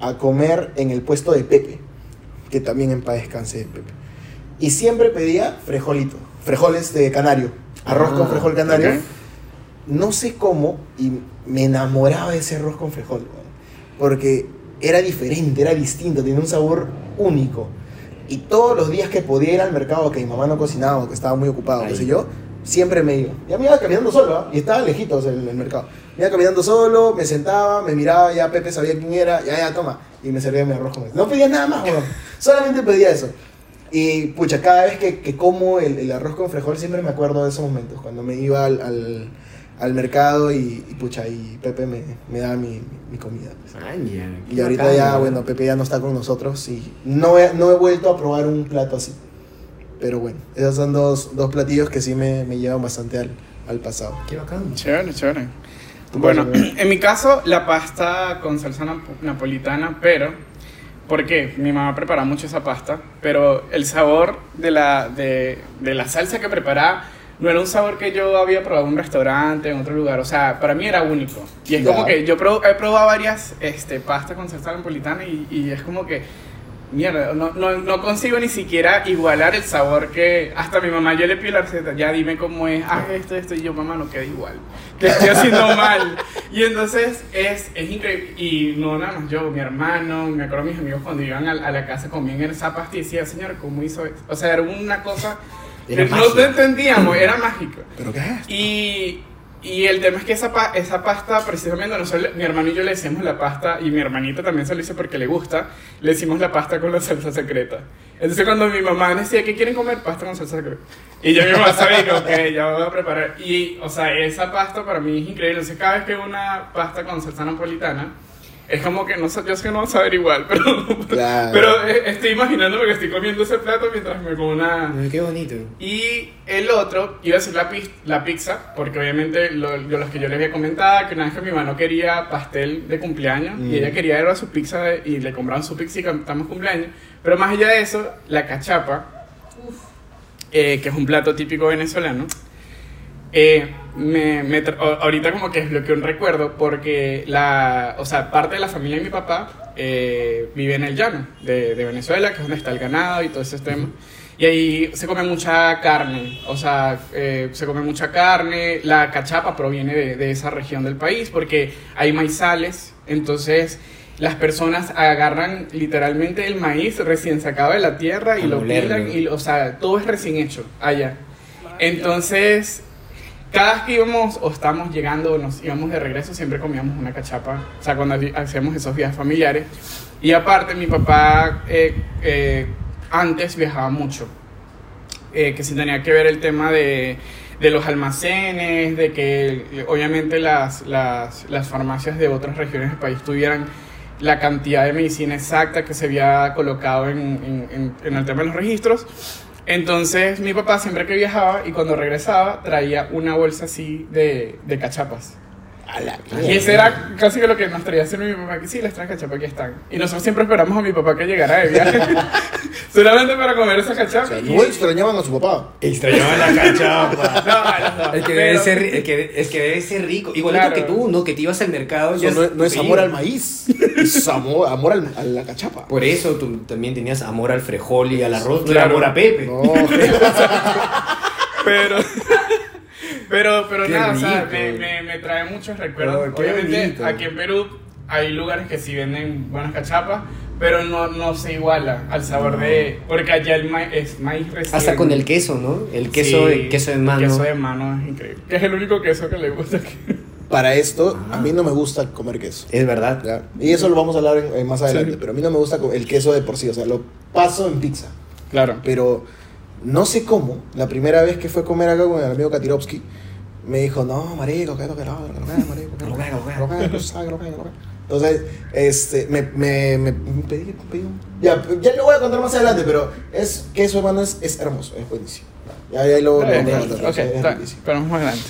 B: a comer en el puesto de Pepe, que también en paz descanse de Pepe. Y siempre pedía frejolito, frijoles de canario, arroz con
D: Ah,
B: frejol canario.
C: ok.
B: No sé cómo, y me enamoraba de ese arroz con frejol, weón, porque era diferente, era distinto, tenía un sabor único. Y todos los días que podía ir al mercado, que mi mamá no cocinaba, o que estaba muy ocupado, qué
D: Ahí.
B: sé yo, siempre me iba. Ya me iba caminando solo, ¿ah? y estaba lejitos en el mercado. Me iba caminando solo, me sentaba, me miraba, ya Pepe sabía quién era, ya, ya, toma. Y me servía mi arroz con No pedía nada más, weón. Solamente pedía eso. Y pucha, cada vez que, que como el, el arroz con frijol siempre me acuerdo de esos momentos, cuando me iba al, al, al mercado y, y, pucha, y Pepe me, me daba mi, mi comida. pues.
D: Maña, qué
B: Y ahorita
D: bacán,
B: ya,
D: ¿no?
B: bueno, Pepe ya no está con nosotros y no he, no he vuelto a probar un plato así. Pero bueno, esos son dos, dos platillos que sí me, me llevan bastante al, al pasado.
D: Qué bacán.
C: Chévere, chévere.
B: Tú
C: Bueno,
B: puedes
C: en mi caso, la pasta con salsa nap- napolitana, pero. ¿Por qué? Mi mamá preparaba mucho esa pasta, pero el sabor de la, de, de la salsa que preparaba no era un sabor que yo había probado en un restaurante, en otro lugar. O sea, para mí era único. Y es
D: Ya.
C: como que yo prob- he probado varias este, pastas con salsa napolitana y, y es como que. Mierda, no, no, no consigo ni siquiera igualar el sabor que hasta mi mamá, yo le pido la receta, ya dime cómo es, ah, esto, esto, y yo, mamá, no queda igual, te estoy haciendo mal. Y entonces es, es increíble, y no nada más yo, mi hermano, me acuerdo mis amigos cuando iban a, a la casa comían esa pasta y decía, señor, ¿cómo hizo esto? O sea, era una cosa
D: Era
C: que no
D: magia.
C: te entendíamos, era mágico.
B: ¿Pero qué es?
C: Y, y el tema es que esa, pa- esa pasta, precisamente nosotros, mi hermano y yo le decimos la pasta, y mi hermanita también se lo hizo porque le gusta, le decimos la pasta con la salsa secreta. Entonces cuando mi mamá decía, ¿qué quieren comer? Pasta con salsa secreta. Y yo mi mamá sabía que, ok, ya voy a preparar. Y, o sea, esa pasta para mí es increíble. Entonces cada vez que veo una pasta con salsa napolitana, es como que no sé, yo sé que no va a saber igual, pero,
B: Claro.
C: pero eh, estoy imaginándome que estoy comiendo ese plato mientras me como una,
D: Ay, Qué bonito.
C: y el otro iba a ser la, pis- la pizza, porque obviamente lo, yo- los que yo les había comentado, que una vez que mi mamá quería pastel de cumpleaños
B: Mm.
C: y ella quería era su pizza de- y le compraron su pizza y cantamos cumpleaños. Pero más allá de eso, la cachapa,
A: Uf.
C: eh, que es un plato típico venezolano, eh, me, me tra- a- ahorita como que desbloqueó un recuerdo porque la, o sea, parte de la familia de mi papá eh, vive en el llano de, de Venezuela, que es donde está el ganado y todo ese tema. Y ahí se come mucha carne, o sea, eh, se come mucha carne, la cachapa proviene de, de esa región del país porque hay maizales, entonces las personas agarran literalmente el maíz recién sacado de la tierra y
D: A
C: lo
D: molerlo.
C: pilan, y, o sea, todo es recién hecho allá. Entonces, cada vez que íbamos o estábamos llegando o nos íbamos de regreso, siempre comíamos una cachapa. O sea, cuando habi- hacíamos esos viajes familiares. Y aparte, mi papá eh, eh, antes viajaba mucho. eh, que sí tenía que ver el tema de, de los almacenes, de que eh, obviamente las, las, las farmacias de otras regiones del país tuvieran la cantidad de medicina exacta que se había colocado en, en- en- en el tema de los registros. Entonces mi papá siempre que viajaba y cuando regresaba traía una bolsa así de, de cachapas.
B: A la
C: Y
B: mierda.
C: ese era casi que lo que nos traía haciendo mi papá, que sí, las traen cachapas, aquí están. Y nosotros siempre esperamos a mi papá que llegara de viaje, solamente para comer esas
B: O sea,
C: cachapas.
B: no extrañaban a su papá.
D: Extrañaba la cachapa.
C: No, a los dos.
D: El que, debe
C: Pero-
D: ser, el que, el que debe ser rico. Igualito
C: Claro.
D: que tú, ¿no? Que te ibas al mercado. y
B: Eso no, es- no es
D: Sí.
B: amor al maíz, es amor, amor al- a la cachapa.
D: Por eso tú también tenías amor al frejol y al arroz. No era
C: Claro.
D: amor a Pepe.
B: No,
C: Pero, pero, pero
D: Qué
C: nada, o sea,
D: rico.
C: me, me- me trae muchos recuerdos.
D: Oh, qué
C: Obviamente,
D: bonito.
C: aquí en Perú hay lugares que sí venden buenas cachapas, pero no, no se iguala al sabor de. Porque allá el maíz es maíz recién.
D: Hasta con el queso, ¿no? El queso,
C: Sí,
D: el queso de mano.
C: Queso de mano es increíble. Que es el único queso que le gusta aquí.
B: para esto, a mí no me gusta comer queso.
D: Es verdad.
B: ¿ya? Y eso lo vamos a hablar en- en más adelante,
C: Sí.
B: pero a mí no me gusta co- el queso de por sí, o sea, lo paso en pizza.
C: Claro.
B: Pero no sé cómo, la primera vez que fue a comer acá con el amigo Katirovsky, me dijo, no, marico, que esto, que lo otro, que lo que, marico, que lo que, que lo que, que lo que, que lo sabe, que lo que, que lo que". Entonces, este, me, me, me pedí, pedí un- Ya, ya lo voy a contar más adelante, pero es que eso, hermano, es, es hermoso, es buenísimo. Ya, ya lo lo voy a contar,
C: Ok,
B: es
C: está-
B: riquísimo.
C: pero más adelante.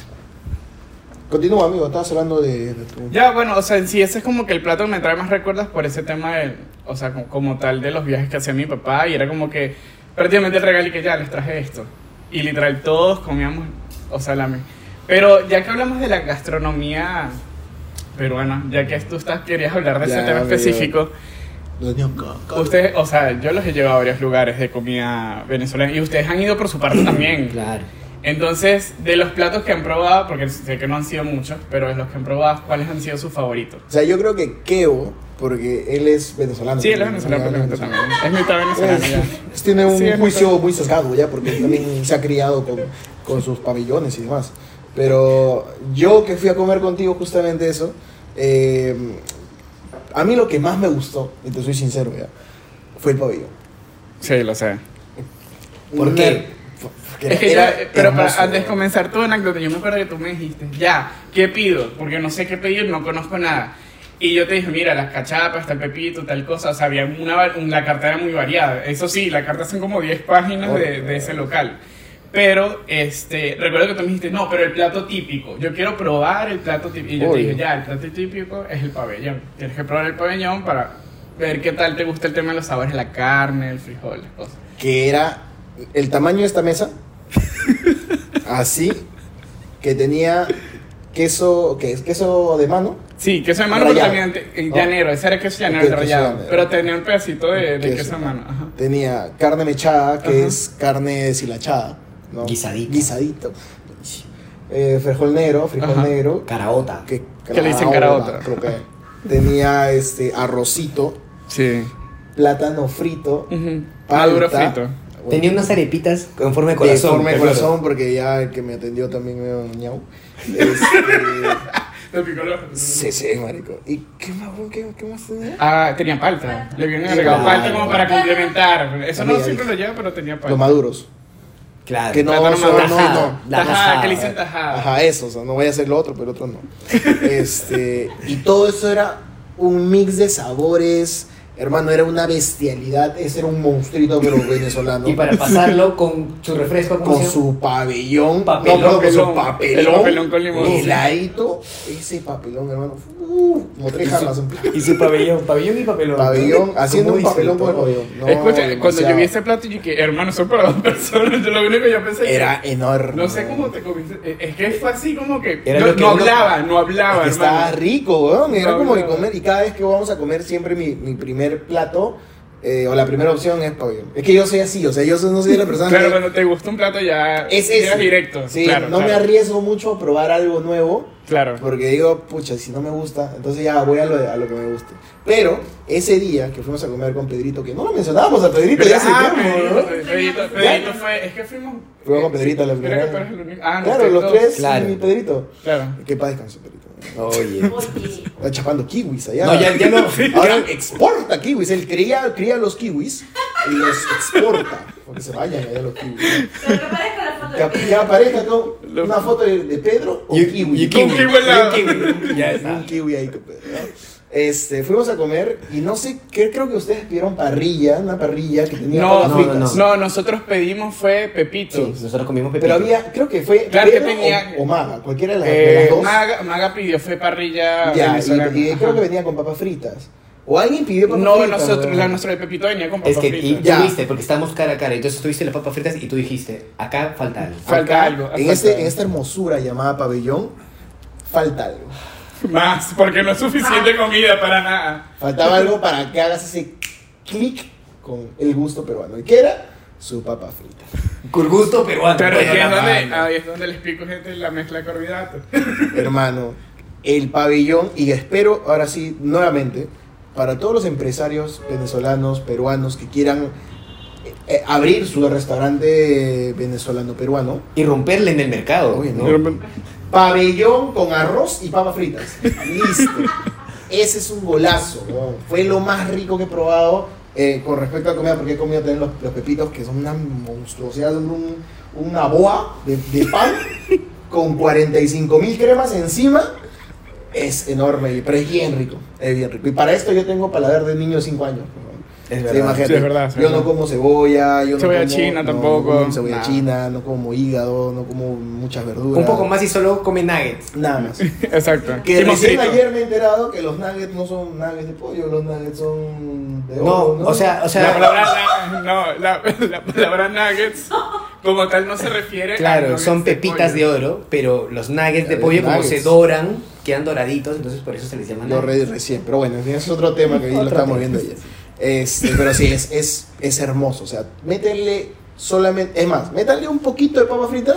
B: Continúa, amigo, estabas hablando de, de tu...
C: Ya, bueno, o sea, en sí, ese es como que el plato que me trae más recuerdos por ese tema, de, o sea, como, como tal de los viajes que hacía mi papá y era como que prácticamente el regalo y que ya les traje esto. Y literal, todos comíamos, o sea, la mi- Pero ya que hablamos de la gastronomía peruana, ya que tú estás, querías hablar de
B: Ya,
C: ese tema
B: amigo.
C: específico,
B: Lo de ñoca.
C: ustedes, o sea, yo los he llevado a varios lugares de comida venezolana y ustedes han ido por su parte también.
D: Claro.
C: Entonces, de los platos que han probado, porque sé que no han sido muchos, pero de los que han probado, ¿cuáles han sido sus favoritos?
B: O sea, yo creo que Keo, porque él es venezolano.
C: Sí, él es venezolano
B: Ya,
C: prácticamente
B: venezolano.
C: también. Es mitad venezolano ya.
B: Es- Pues tiene un
C: Sí, es
B: juicio
C: verdad.
B: muy sesgado ya, porque también se ha criado con, con sus pabellones y demás. Pero yo que fui a comer contigo justamente eso, eh, a mí lo que más me gustó, y te soy sincero ya, fue el pabellón.
C: Sí, lo sé.
D: ¿Por
B: Una-
D: qué?
B: porque
C: Es que
B: era
C: ya, pero para-
B: hermoso,
C: antes de
B: ya.
C: comenzar tu anécdota, yo me acuerdo que tú me dijiste, ya, ¿qué pido? Porque no sé qué pedir, no conozco nada. Y yo te dije, mira, las cachapas, tal pepito, tal cosa. O sea, había una, va- una carta era muy variada. Eso sí, la carta son como 10 páginas de, de ese local. Pero, este, recuerdo que tú me dijiste, no, pero el plato típico. Yo quiero probar el plato típico. Y yo te
B: Obvio.
C: dije, ya, el plato típico es el pabellón. Tienes que probar el pabellón para ver qué tal te gusta el tema de los sabores, la carne, el frijol, las cosas.
B: que era el tamaño de esta mesa así que tenía queso, ¿qué es? Queso de mano.
C: Sí, queso de mano, pero
B: Rallado.
C: también te- en
B: ¿No?
C: llanero, ese era queso llanero,
B: Ok,
C: el
B: queso
C: rallado.
B: llanero.
C: Pero tenía un pedacito de, de
B: Queso.
C: queso de mano. Ajá.
B: Tenía carne mechada, que
C: Ajá.
B: es carne deshilachada. ¿no?
D: Guisadito.
B: Guisadito. Eh, frijol negro, frijol
C: Ajá.
B: negro.
D: Caraota.
B: Que,
C: Que le dicen caraota.
B: creo que. Tenía este arrocito,
C: Sí.
B: plátano frito,
C: Ujú.
B: palta.
C: Maduro frito.
B: Bueno,
D: Tenía unas arepitas con forma de
B: de
D: corazón.
B: forma de
D: recuerdo.
B: corazón, porque ya el que me atendió también me ñau. Este,
C: Lo picó los-
B: sí, sí, marico. Este, ¿Y qué más, güey? qué, qué más tenía?
C: Ah, tenía palta. Le habían
B: Sí,
C: agregado
D: claro.
C: palta como para complementar. Eso no
B: Amiga,
C: siempre
B: hija.
C: lo lleva, pero tenía palta.
B: Los maduros.
D: Claro.
B: Que no,
C: Plátano
B: son-
C: maduro.
B: no, no.
D: Tajada. La
C: tajada,
D: tajada.
C: que le dicen tajada.
B: Ajá, eso, o sea, no voy a hacer lo otro, pero otro no. Este, y todo eso era un mix de sabores, hermano, era una bestialidad, ese era un monstruito, pero venezolano.
D: Y para pasarlo con su refresco, ¿cómo
B: con
D: se llama?
B: su pabellón,
D: Papelón,
B: no, pero con
C: papelón.
B: su papelón,
C: El papelón con limón.
B: heladito, ese papelón, hermano, uh, como tres jarras, un
D: Y su pabellón. Pabellón y papelón.
B: pabellón,
D: ¿Cómo
B: haciendo un
D: hizo
B: papelón con el
D: todo?
B: pabellón. No,
C: Escucha, cuando yo
B: demasiado.
C: vi ese plato, yo dije, hermano, eso es para dos personas. Yo lo único que yo pensé que-
B: Era enorme.
C: No sé cómo te comiste. eh, Es que fue así como que.
D: Era
C: no
D: lo que
C: no
D: uno-
C: hablaba, no
B: Es
C: hablaba,
B: que estaba
C: hermano.
B: rico, weón. Era
C: No,
B: como
C: no.
B: que comer. Y cada vez que vamos a comer, siempre mi, mi primer plato eh, o la primera opción es pabellón. Es que yo soy así, o sea, yo soy- no soy la persona.
C: Claro,
B: que-
C: cuando te gusta un plato ya.
B: es
C: llegas
B: ese.
C: directo.
B: Sí,
C: claro,
B: no me
C: claro,
B: arriesgo mucho a probar algo nuevo.
C: Claro.
B: Porque digo, pucha, si no me gusta, entonces ya voy a lo, a lo que me guste. Pero ese día que fuimos a comer con Pedrito, que no lo mencionábamos a Pedrito ya hace
C: Ah,
B: tiempo,
C: Pedrito,
B: ¿no?
A: ¿no?
C: Pedrito, Pedrito fue. Es que fuimos.
B: Fuimos con Pedrito a la
C: Creo que
B: primera
C: tú eres el único- Ah, no,
B: Claro,
C: ustedes
B: los
C: dos.
B: tres
D: Claro.
B: y mi Pedrito.
C: Claro.
B: Que paz descanse, Pedrito.
D: Oye.
A: Oye,
B: Está chapando kiwis allá.
D: No, ya, Ah, ya no.
B: Ahora exporta kiwis, él cría, cría los kiwis y los exporta. Porque se vayan allá los kiwis.
A: pero que parezca la foto de
B: Que, que aparezca con una foto de, de Pedro o
D: Y-
B: kiwi.
D: y kiwi.
C: Un kiwi al lado.
D: Y kiwi. Ya
B: Un
D: está.
B: kiwi ahí con Pedro. ¿no? Este, fuimos a comer y no sé, qué, creo que ustedes pidieron parrilla, una parrilla que tenía
C: No,
B: papas
C: no,
D: no,
B: fritas.
C: no, no, nosotros pedimos fue
D: Sí,
C: Pepito.
D: nosotros comimos pepito.
B: Pero había, creo que fue
C: Claro que
B: Pedro
C: tenía-
B: o, o Maga, cualquiera de las, de las
C: Eh,
B: dos.
C: Maga, Maga pidió fue parrilla
B: ya,
C: venezolana.
B: y, y creo
C: Ajá.
B: que venía con papas fritas. O alguien pidió papas
C: No,
B: fritas.
C: nosotros,
B: weón.
C: la nuestra de Pepito venía con papas
D: Es que y,
C: fritas.
B: Ya.
D: ya viste, porque estábamos cara a cara. Entonces tú viste las papas fritas y tú dijiste, acá falta algo.
C: Falta
B: Acá,
C: algo.
B: En,
C: falta
B: este,
C: algo.
B: en esta hermosura llamada pabellón, falta algo.
C: Más, porque no es suficiente comida para nada.
B: Faltaba algo para que hagas ese clic con el gusto peruano. ¿Y qué era? Su papa frita.
D: Con gusto peruano.
C: Pero es
D: Bueno,
C: que es
D: la
C: donde,
D: mano.
C: ahí es donde les pico gente la mezcla de carbohidratos.
B: Hermano, el pabellón, y espero ahora sí, nuevamente, para todos los empresarios venezolanos, peruanos que quieran eh, eh, abrir su restaurante venezolano-peruano,
D: Y romperle en el mercado.
B: Oye, no.
D: ¿no?
B: Pabellón con arroz y papas fritas. Listo. Ese es un golazo. weón. Fue lo más rico que he probado eh, con respecto a comida, porque he comido también los, los pepitos, que son una monstruosidad, son un- una boa de, de pan con 45 mil cremas encima. Es enorme, pero es bien rico. Es bien rico. Y para esto yo tengo paladar de niño de 5 años. weón.
D: Es
B: Sí,
D: verdad.
B: imagínate.
C: Sí, es verdad, sí,
B: yo
C: es
B: no
C: verdad.
B: como cebolla, yo no
C: Cebolla
B: como-
C: china
B: no, no
C: tampoco,
B: como cebolla
C: nada.
B: china, no como hígado, no como muchas verduras.
D: Un poco más y solo come nuggets.
B: Nada más.
C: Exacto.
B: Que
C: Y
B: recién
C: mostrito.
B: ayer me he enterado que los nuggets no son nuggets de pollo, los nuggets son de
D: No,
B: oro,
D: o sea, o
C: La
D: sea.
C: palabra, na- no, la, la palabra nuggets como tal no se refiere a
D: Claro,
C: nuggets
D: son
C: de
D: pepitas de
C: pollo.
D: oro, pero los nuggets de
B: Ya,
D: pollo
B: los
D: como se
B: nuggets.
D: doran, quedan doraditos, entonces por eso se les llama
B: Lo
D: nuggets.
B: re- recién, pero bueno, en fin, es Ah, otro tema que ya lo
D: Otro tema.
B: estamos viendo ayer. Este, pero sí, es, es, es hermoso. O sea, métele solamente, es más, métale un poquito de papa frita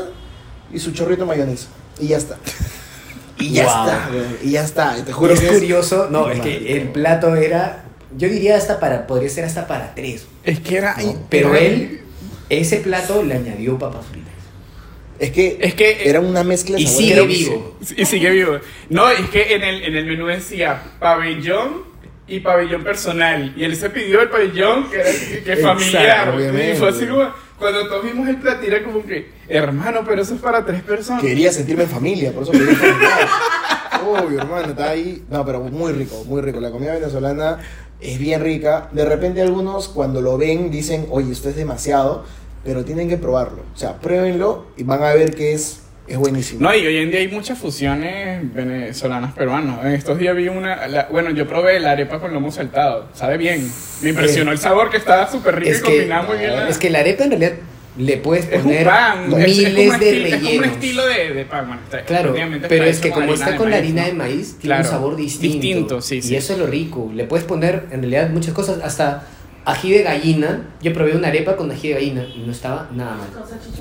B: y su chorrito de mayonesa. Y ya está. Y ya
D: Guau.
B: está, güey, y ya está. Y Te
D: Y
B: juro
D: es
B: que es-
D: curioso, no, es
B: Madre,
D: que el
B: no.
D: plato era, yo diría hasta para, podría ser hasta para tres.
C: Es que era.
B: No,
D: Pero
C: era-
D: él, ese plato le añadió papas fritas.
B: Es que,
C: Es que-
B: era una mezcla de
D: Y
B: sabores.
D: sigue vivo.
C: Y sigue vivo. No, es que en el, en el menú decía pabellón y pabellón personal. Y él se pidió el pabellón que era que, que
B: Exacto,
C: familiar.
B: obviamente.
C: Y fue así como. Cuando todos vimos el plato, era como que, hermano, pero eso es para tres personas.
B: Quería sentirme en familia, por eso pedí familiar. Obvio, hermano, está ahí. No, pero muy rico, muy rico. La comida venezolana es bien rica. De repente algunos cuando lo ven dicen, oye, esto es demasiado, pero tienen que probarlo. O sea, pruébenlo y van a ver que es, es buenísimo.
C: No, y hoy en día hay muchas fusiones venezolanas peruanos. En estos días vi una, la- bueno, yo probé la arepa con lomo saltado, sabe bien. Me impresionó el sabor que estaba súper rico
D: Es
C: y
D: que,
C: combinaba muy bien. la-
D: es que la arepa en realidad le puedes
C: Es un
D: poner
C: pan, es- es, como un
D: miles de
C: esti- es como un
D: rellenos.
C: estilo de, de pan. bueno, está-
D: Claro,
C: obviamente
D: pero
C: está
D: es que
C: hecho
D: como está con la harina de
C: ¿no?
D: maíz, tiene
C: Claro,
D: un sabor distinto.
C: distinto, sí, sí.
D: Y eso es lo rico. Le puedes poner en realidad muchas cosas, hasta ají de gallina. Yo probé una arepa con ají de gallina y no estaba nada mal.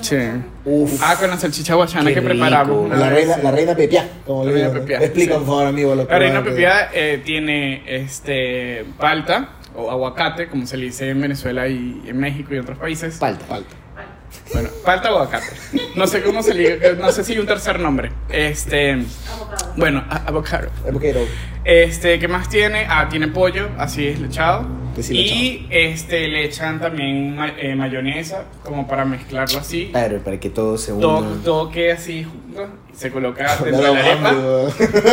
C: Sí.
D: Uf.
C: Ah, con la salchicha guachana
D: Qué
C: que
D: rico.
C: preparamos. una
B: La
C: vez,
B: reina,
C: Ah, sí.
B: la reina Pepiá, como
C: La
B: le
C: reina
B: digo, ¿no?
C: Pepiá,
B: Explica,
C: sí.
B: por favor, amigo. Lo que
C: La
B: va
C: reina
B: a-
C: pepiada eh, tiene este palta o aguacate, como se le dice en Venezuela y en México y otros países.
D: Falta.
B: Falta.
C: bueno, palta o aguacate. No sé cómo se le dice, no sé si hay un tercer nombre. Este, bueno, a- avocado.
B: Es porque era-
C: Este, ¿qué más tiene? Ah, tiene pollo, así deslechado.
D: Pues
B: Deshilachado.
C: Y este le echan también ma- eh, mayonesa como para mezclarlo así.
D: Claro, para que todo se
C: Todo,
D: una.
C: todo queda así junto y se coloca
B: Me
C: dentro
B: da
C: de la arepa.
B: hambre, weón.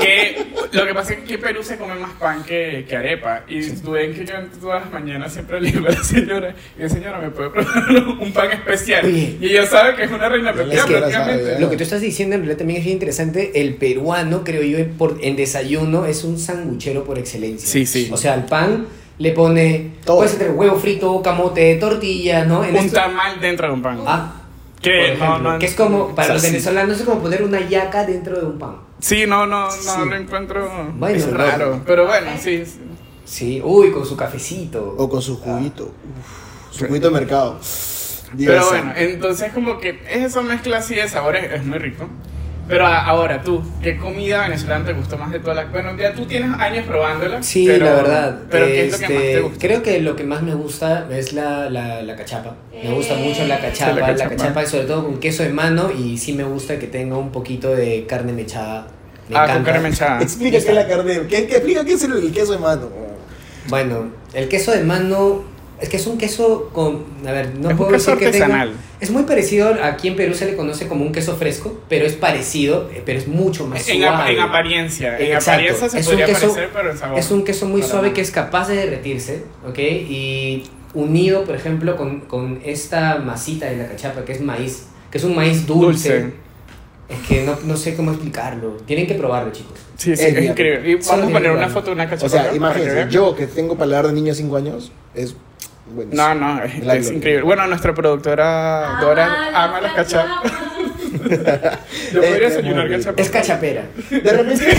C: Que lo que pasa es que en Perú se come más pan que, que arepa. Y tú ven que yo todas las mañanas siempre le digo a la señora, y la señora me puede probar un pan especial.
D: Oye.
C: Y ella sabe que es una reina pepita
B: Es que-
C: prácticamente.
D: Lo que tú estás diciendo en realidad también es bien interesante. El peruano, creo yo, en- por, en desayuno es un sanguchero por excelencia.
C: Sí, sí.
D: O sea, al pan le pone.
B: Todo.
D: Puedes tener huevo frito, camote, tortilla, ¿no? En
C: Un
D: esto-
C: tamal dentro de un pan.
D: ¿eh? Ah, por
C: que,
D: ejemplo,
C: no, no,
D: que es como, para los
C: Sí.
D: venezolanos, es como poner una yaca dentro de un pan.
C: Sí, no, no, no
B: Sí.
C: lo encuentro.
D: Bueno,
C: es
D: no.
C: raro. Pero bueno, sí. sí.
D: Sí, uy, con su cafecito.
B: O con su juguito. Uf, su juguito de mercado. Dios
C: Pero
B: santo.
C: bueno, eh. entonces como que esa mezcla así de sabores es muy rico. Pero a- ahora tú, ¿qué comida venezolana te gustó más de todas las? Bueno, ya tú tienes años probándola.
D: Sí,
C: pero-
D: la verdad.
C: Pero ¿qué es lo que
D: Este,
C: más te gusta?
D: Creo que lo que más me gusta es la, la, la cachapa. Me gusta mucho la cachapa,
C: Sí, la
D: la
C: cachapa.
D: cachapa, sobre todo con queso de mano y sí me gusta que tenga un poquito de carne mechada. Me
C: ah, con
D: encanta.
C: carne mechada.
B: Explica qué es la carne. ¿Qué, qué- explica qué es el, el queso de mano. weón.
D: Bueno, el queso de mano es que es un queso con, a ver, no
C: Es un
D: puedo
C: queso
D: decir que tenga-
C: artesanal.
D: es muy parecido aquí en Perú se le conoce como un queso fresco, pero es parecido, eh, pero es mucho más
C: En, ap-
D: suave.
C: en apariencia. En
D: Exacto.
C: apariencia se
D: Es un
C: podría
D: queso-
C: parecer, pero en sabor.
D: Es un queso muy
C: Para
D: suave
C: mí.
D: que es capaz de derretirse, ¿ok? Y unido, por ejemplo, con, con esta masita de la cachapa, que es maíz, que es un maíz dulce.
C: Dulce.
D: Es que no, no sé cómo explicarlo. Tienen que probarlo, chicos.
C: Sí, sí,
B: Es
C: es,
B: bien.
C: increíble.
D: Solo
C: Y vamos a
D: tiene
C: poner una
D: igual.
C: foto de una cachapa.
B: O sea,
C: para que
B: imagínense,
C: vean.
B: yo que tengo paladar de niño de 5 años, es bueno.
C: No, no, es,
B: La
C: es
B: gloria.
C: increíble. Bueno, nuestra productora Dora ama las cachapas.
B: Eh,
C: Yo podría
B: es muy
C: desayunar
B: rico.
C: cachapas.
D: Es cachapera.
B: De repente.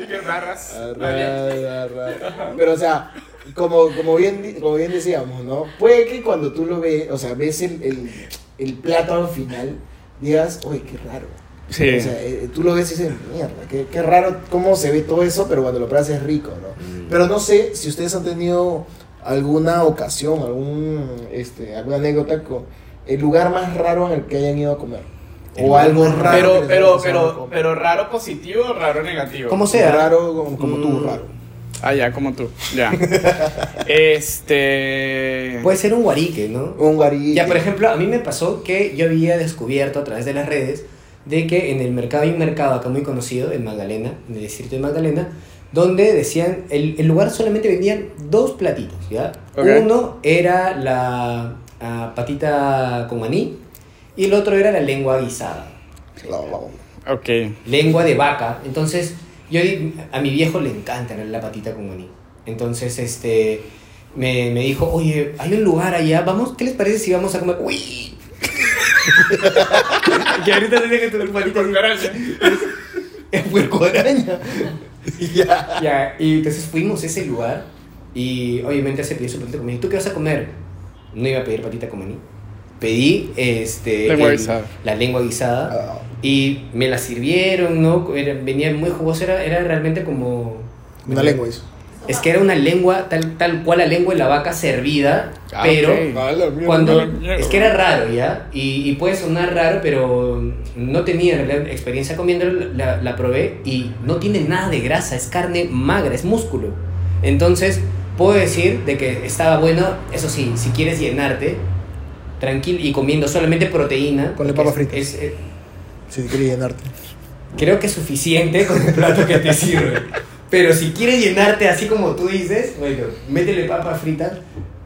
C: Y que barras.
D: Ah,
B: Arra, arra. Pero, o sea, como, como, bien, di- como bien decíamos, ¿no? Puede que cuando tú lo ves, o sea, ves el, el, el plato al final, digas, uy, qué raro.
C: Sí.
B: O sea, eh, tú lo ves y dices, mierda, qué, qué raro cómo se ve todo eso, pero cuando lo pruebas es rico, ¿no? Pero no sé si ustedes han tenido alguna ocasión, algún, este, alguna anécdota con el lugar más raro en el que hayan ido a comer.
D: El
B: O algo
D: lugar más
B: raro. que les
C: Pero,
B: haya
C: pero,
B: pasado a
C: pero,
B: comer.
C: pero raro positivo o raro negativo.
D: Como sea.
B: Raro como, como tú,
D: Mm.
B: raro.
C: Ah, ya, como tú. Ya. este.
D: Puede ser un guarique, ¿no?
B: Un guarí.
D: Ya, por ejemplo, a mí me pasó que yo había descubierto a través de las redes de que en el mercado hay un mercado acá muy conocido, en Magdalena, en el distrito de Magdalena, donde decían, el, el lugar solamente vendían dos platitos, ¿ya?
C: Ok.
D: Uno era la ah, patita con maní y el otro era la lengua guisada,
C: Ok.
D: lengua de vaca. Entonces, yo di- a mi viejo le encanta la patita con maní. Entonces, este, me, me dijo, oye, hay un lugar allá, vamos, ¿qué les parece si vamos a comer? ¡Uy!
C: Y ahorita tenía que tener palito en cucaracha.
D: Es puerco araña.
B: Ya.
D: Ya, y entonces fuimos a ese lugar y obviamente se pidió su patita con maní. ¿Tú qué vas a comer? No iba a pedir patita con maní. Pedí este,
C: Lengua guisada. Ah.
D: la lengua guisada y me la sirvieron, ¿no? Era- venía muy jugosa, era, era realmente como...
B: Una lengua eso.
D: Es que era una lengua tal, tal cual la lengua de la vaca servida,
C: Ah,
D: pero...
C: ok.
D: Cuando,
C: mierda.
D: es que era raro, ¿ya? Y, y puede sonar raro, pero no tenía en realidad experiencia comiéndolo, la, la probé y no tiene nada de grasa, es carne magra, es músculo. Entonces, puedo decir de que estaba bueno, eso sí, si quieres llenarte, tranquilo y comiendo solamente proteína. porque
B: Ponle papas
D: es-
B: fritas.
D: es- eh, es-
B: Si te quieres llenarte.
D: creo que es suficiente con el plato que te sirve. Pero si quieres llenarte así como tú dices, bueno, métele papa frita.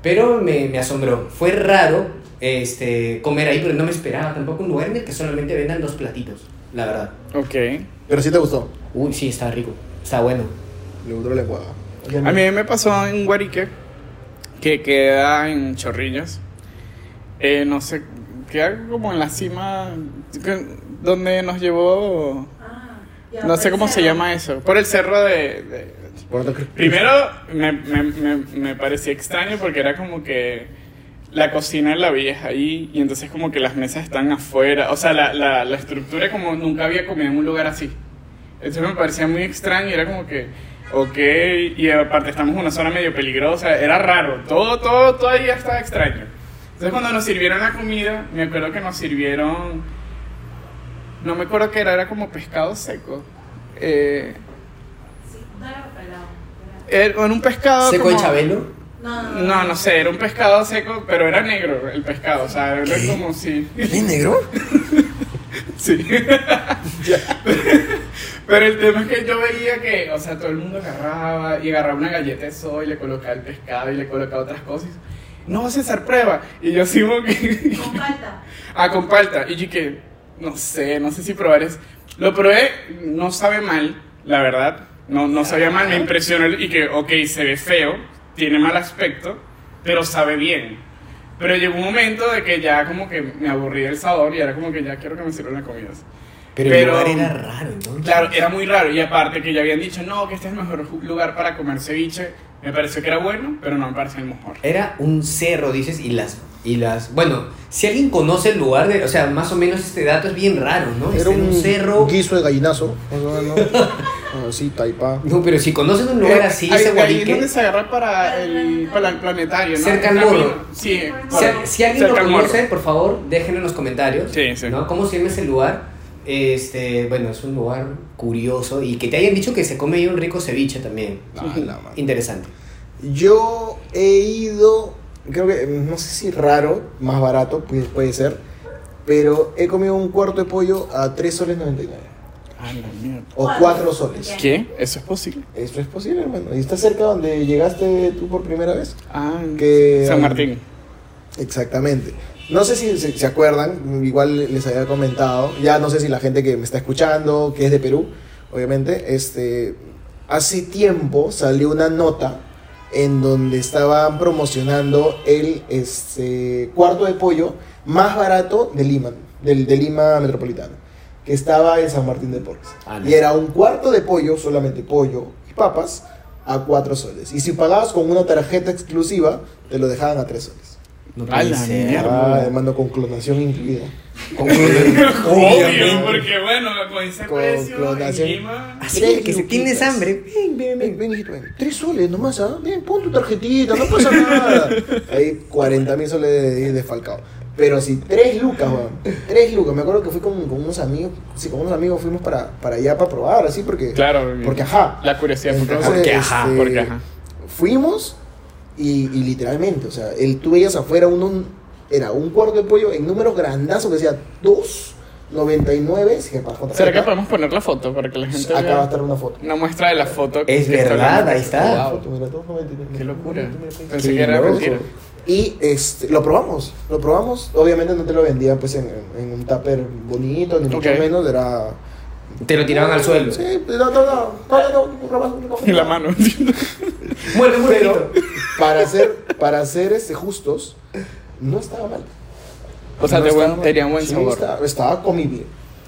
D: Pero me, me asombró. Fue raro este, comer ahí, pero no me esperaba tampoco un lugar en el que solamente vendan dos platitos, la verdad.
C: Ok.
B: Pero sí te gustó.
D: Uy, sí, está rico. Está bueno.
B: Le gustó la lenguada.
C: A mí me pasó en Guarique que queda en Chorrillos. Eh, no sé, queda como en la cima que- donde nos llevó.
A: Ah,
C: No sé cómo se llama eso. Por el cerro de. de-
B: Puerto Cruz.
C: Primero me, me- me- me parecía extraño porque era como que la cocina la veías ahí y entonces como que las mesas están afuera. O sea, la, la, la estructura como nunca había comido en un lugar así. Eso me parecía muy extraño, era como que, ok, y aparte estamos en una zona medio peligrosa, era raro, todo, todo, todo ahí estaba extraño. Entonces cuando nos sirvieron la comida, me acuerdo que nos sirvieron, no me acuerdo qué era, era como pescado seco. Eh,
A: Sí, no era pelado. era-
C: era un
B: Ah,
C: pescado
D: Seco
C: como-
D: el Chabelo.
A: No, no,
C: No, no sé, era un pescado seco, pero era negro el pescado, o sea, era
B: ¿Qué?
C: como si...
B: ¿Es negro?
C: Sí. Pero el tema es que yo veía que, o sea, todo el mundo agarraba y agarraba una galleta de soya y le colocaba el pescado y le colocaba otras cosas. No vas a hacer prueba. Y yo así como que.
A: Con falta.
C: ah, con palta. Y yo que, no sé, no sé si probar es. Lo probé, no sabe mal, la verdad. No, no sabía mal, me impresionó el- y que, ok, se ve feo, tiene mal aspecto, pero sabe bien. Pero llegó un momento de que ya como que me aburrí del sabor y era como que ya quiero que me sirvan las comidas.
D: Pero,
C: Pero-
D: el lugar era raro, entonces.
C: Claro, era muy raro. Y aparte que ya habían dicho, no, que este es el mejor ju- lugar para comer ceviche. Me pareció que era bueno, pero no me pareció el mejor.
D: Era un cerro, dices, y las. Y las. Bueno, si alguien conoce el lugar de. O sea, más o menos este dato es bien raro, ¿no? Está
B: Era
D: en
B: un
D: un cerro.
B: guiso de gallinazo. Más o menos. Así, taipa.
D: No, pero si conoces un lugar
C: Eh,
D: así,
C: ahí-
D: ese
C: ahí es
D: guarique.
C: donde se agarra para el, para el planetario, ¿no?
D: Cerca al
C: Camino.
D: morro.
C: Sí,
D: Si,
A: Bueno,
D: si alguien lo
C: cerca al morro.
D: conoce, por favor, déjenlo en los comentarios.
C: Sí, sí.
D: ¿no? ¿Cómo se llama ese lugar? Este, bueno, es un lugar curioso y que te hayan dicho que se come ahí un rico ceviche también.
B: Ah, la madre.
D: Interesante.
B: Yo he ido, creo que, mm, no sé si raro, más barato, pu- puede ser, pero he comido un cuarto de pollo a 3 soles 99.
C: Ah, la mierda.
B: O 4 soles.
C: ¿Qué? ¿Eso es posible?
B: Eso es posible, hermano. ¿Y está cerca donde llegaste tú por primera vez?
C: Ah,
B: Que-
C: San Martín.
B: Exactamente. No sé si se, se acuerdan, igual les había comentado, ya no sé si la gente que me está escuchando, que es de Perú, obviamente, este, hace tiempo salió una nota en donde estaban promocionando el este, cuarto de pollo más barato de Lima, del, de Lima Metropolitano, que estaba en San Martín de Porres.
D: Ah, no.
B: Y era un cuarto de pollo, solamente pollo y papas, a cuatro soles. Y si pagabas con una tarjeta exclusiva, te lo dejaban a tres soles.
D: No
C: A la mierda.
B: Ah, hermano, con clonación incluida.
C: Obvio, porque bueno, con ese
B: Con
C: precio
B: clonación.
C: encima...
D: Así es, que si
B: Tres
D: tienes
B: yuquitas.
D: hambre, ven, ven,
B: Ven,
D: ven.
B: ven, hijito, ven. Tres soles nomás, ¿ah? Ven, pon tu tarjetita, no pasa nada. Hay 40 mil soles de- desfalcados. Pero si tres lucas, weón. Tres lucas. Me acuerdo que fui con, con unos amigos. Sí, con unos amigos fuimos para, para allá para probar, así, porque.
C: Claro.
B: Porque ajá.
C: La curiosidad. porque-
B: Entonces,
C: porque
D: ajá,
B: este,
C: porque ajá.
B: Fuimos y, y literalmente, o sea, el, tú veías afuera uno, era un cuarto de pollo en números grandazos que decía 2.99. Si que pagas con
C: ¿Será que
B: tarjeta.
C: podemos poner la foto para que la gente
B: Acá va a
C: vea
B: estar una foto.
C: una muestra de la foto?
D: Es
C: que está
D: verdad,
C: hablando?
D: ahí está.
C: Ah, Wow.
B: Foto, mira, todo 99.
C: Qué locura.
B: Qué
C: Pensé que era
B: loco.
C: mentira.
B: Y este, lo probamos, lo probamos. Obviamente no te lo vendían pues en, en- en un tupper bonito, ni mucho
C: Ok.
B: menos, era...
D: Te lo tiraban al suelo.
B: Sí, no, no, no, no, no, no, no, no, no.
C: En la mano.
D: Muere, muere.
B: Pero para ser, para ser este, justos, no estaba mal.
C: O sea,
B: No
C: te
B: estaba
C: buen-
B: mal.
C: tenía buen
B: Sí,
C: sabor.
B: Estaba, estaba comible.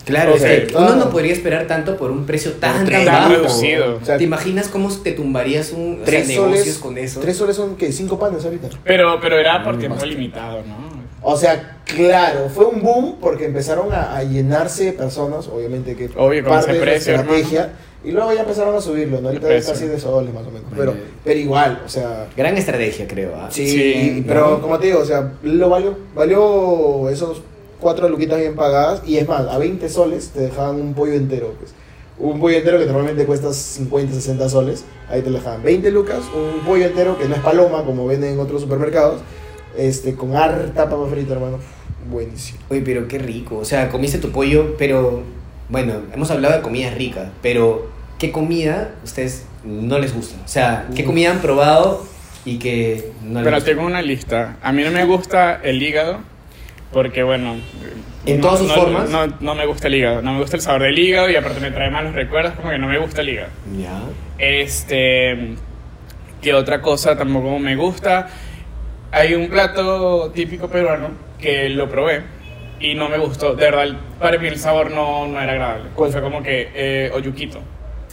D: Claro,
C: Ok.
D: es que uno no podría esperar tanto por un precio tan, tan
B: Tres
C: Tan
D: bajo.
C: reducido.
B: O sea,
D: ¿Te imaginas cómo te tumbarías un o
B: tres
D: sea,
B: soles,
D: negocios con eso?
B: tres soles son, que Cinco panes ahorita.
C: Pero, pero era
B: Mm,
C: por tiempo limitado, ¿no?
B: O sea, claro, fue un boom porque empezaron a, a llenarse de personas, obviamente que
C: Obvio, con ese
B: de la
C: precio,
B: estrategia. Y luego ya empezaron a subirlo, ¿no? Ahorita
C: El
B: está así
C: precio.
B: de soles más o menos.
D: Vale.
B: Pero, pero igual, o sea.
D: Gran estrategia, creo. ¿ah?
B: Sí,
C: Sí,
B: pero
D: ¿no?
B: como te digo, o sea, lo valió. Valió esos cuatro luquitas bien pagadas. Y es más, a 20 soles te dejaban un pollo entero. Pues. Un pollo entero que normalmente cuesta 50, 60 soles. Ahí te lo dejaban 20 lucas. Un pollo entero que no es paloma, como venden en otros supermercados. Este, con harta papa frita, hermano. Buenísimo.
D: Oye, pero qué rico. O sea, comiste tu pollo, pero bueno, hemos hablado de comidas ricas, pero ¿qué comida ustedes no les gusta? O sea, ¿qué comida han probado y que no les
C: Pero
D: gusta?
C: tengo una lista. A mí no me gusta el hígado porque, bueno...
D: ¿En
C: no-
D: todas sus
C: no-
D: formas?
C: No, no me gusta el hígado. No me gusta el sabor del hígado y aparte me trae malos recuerdos como que no me gusta el hígado.
D: Ya.
C: Este... Que otra cosa tampoco me gusta. Hay un plato típico peruano que lo probé y no me gustó. De verdad, para mí el sabor no, no era agradable.
B: ¿Cuál?
C: Fue como que eh, oyuquito.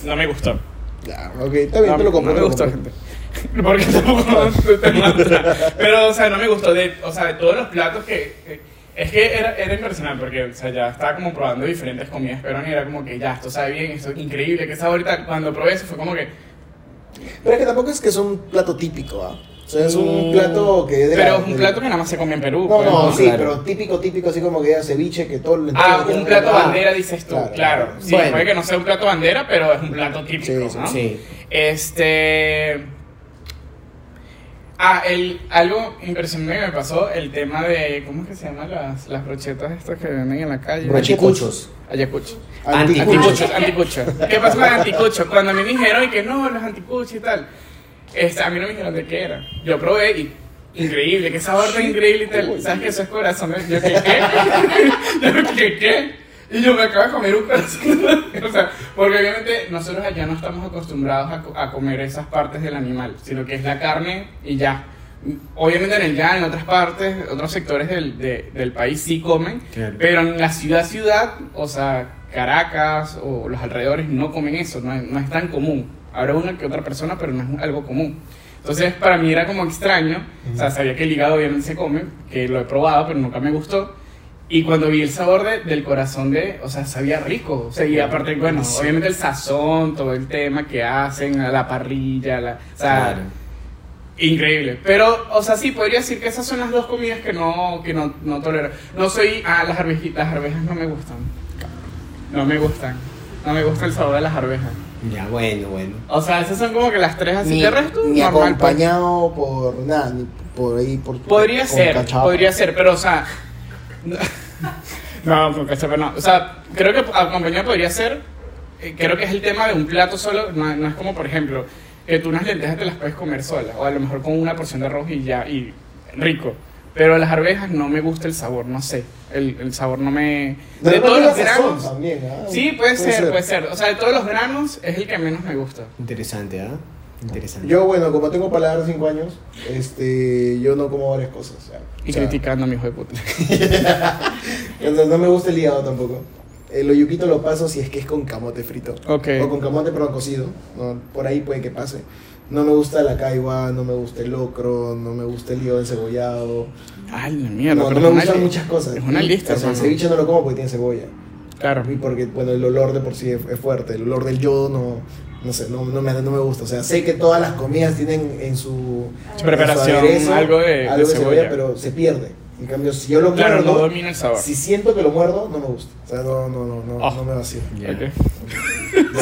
C: No me gustó.
B: Ya, ok, está bien,
C: no,
B: te lo compré.
C: no
B: te
C: me
B: lo
C: gustó,
B: compré.
C: gente. Porque tampoco te- te mata. Pero, o sea, no me gustó. De, o sea, de todos los platos que. que- Es que era, era impresionante porque, o sea, ya estaba como probando diferentes comidas peruanas y era como que ya, esto sabe bien, esto es increíble, que sabor y tal. Cuando probé eso fue como que.
B: Pero es que tampoco es que es un plato típico, ¿ah? O sea, es un
D: Mm.
B: plato que es de la-
C: Pero es un
B: del-
C: plato que nada más se come en Perú.
B: No,
C: pues,
B: no, sí,
D: claro.
B: pero típico, típico, así como que ya ceviche, que todo... lo-
C: Ah, un plato
B: Ah,
C: bandera, dices tú,
B: claro.
C: claro. Sí,
D: Bueno.
C: puede que no sea un plato bandera, pero es un plato típico,
B: Sí, sí,
C: ¿no?
D: Sí.
C: Este. Ah, el, algo impresionante que me pasó, el tema de. ¿Cómo es que se llaman las, las brochetas estas que venden en la calle?
D: Brochicuchos.
C: Ayacucho.
D: Anticuchos.
C: Anticuchos, anticuchos. ¿Qué pasó con el anticucho? Cuando a mí me dijeron y que no, los anticuchos y tal. Este, a mí no me dijeron de qué era. Yo probé y. Increíble, qué sabor tan increíble y tal. ¿Sabes que eso es corazón? de- Yo que qué. Yo que qué. Y yo me acabo de comer un corazón. o sea, porque obviamente nosotros allá no estamos acostumbrados a, co- a comer esas partes del animal, sino que es la carne y ya. Obviamente en el ya, en otras partes, otros sectores del, de- del país sí comen,
D: Claro.
C: pero en la ciudad, ciudad, o sea, Caracas o los alrededores no comen eso, no es, no es tan común. Habrá una que otra persona, pero no es algo común. Entonces para mí era como extraño, o sea, sabía que el hígado obviamente se come, que lo he probado, pero nunca me gustó. Y cuando vi el sabor de- del corazón de, o sea, sabía rico. O sea, y aparte, bueno, obviamente el sazón, todo el tema que hacen, a la parrilla, la, o sea,
D: Claro.
C: increíble. Pero, o sea, sí, podría decir que esas son las dos comidas que no, que no, no tolero. No soy, ah, las arvejitas, las arvejas no me gustan. No me gustan. No me gusta el sabor de las arvejas.
D: Ya, bueno, bueno.
C: O sea, esas son como que las tres así
D: Ni-
C: de resto,
B: Ni
C: normal. pues.
B: acompañado por nada, ni por ahí, por...
C: Podría
B: con
C: ser,
B: cachapa.
C: podría ser, pero o sea. No, con cachapa no. O sea, creo que acompañado podría ser. eh, Creo que es el tema de un plato solo. No, no es como, por ejemplo, que tú unas lentejas te las puedes comer sola. O a lo mejor con una porción de arroz y ya, y rico. Pero las arvejas no me gusta el sabor, no sé. El, el sabor no me.
B: De,
C: De todos los
B: granos.
C: granos.
B: ¿ah?
C: Sí, puede, ser, puede ser. O sea, de todos los granos es el que menos me gusta.
D: Interesante, ¿ah? Interesante.
B: Yo, bueno, como tengo palabras de 5 años, este, yo no como varias cosas. o sea,
C: Y
B: o sea,
C: criticando a mi hijo de puta.
B: Entonces no me gusta el hígado tampoco. El oyuquito lo paso si es que es con camote frito.
C: Ok.
B: O con camote pero cocido. ¿no? Por ahí puede que pase. No me gusta la caigua, no me gusta el locro, no me gusta el hígado encebollado.
C: Ay, la mierda.
B: no,
C: pero
B: no me
C: es una
B: gustan
C: li-
B: muchas cosas.
C: Es una lista,
B: O sea, el
C: hermano.
B: ceviche no lo como porque tiene cebolla.
C: Claro.
B: Y porque, bueno, el olor de por sí es, es fuerte. El olor del yodo no, no sé, no, no me, no me gusta. O sea, sé que todas las comidas tienen en su...
C: Su
B: en
C: preparación,
B: su aderezo
C: algo de-
B: algo de
C: de
B: cebolla,
C: cebolla.
B: pero se pierde. En cambio, si yo lo
C: Claro, no
B: muerdo,
C: domina el sabor.
B: si siento que lo muerdo, no me gusta. O sea, no, no, no, no,
C: Oh.
B: no me vacila.
D: Ya.
C: Ok.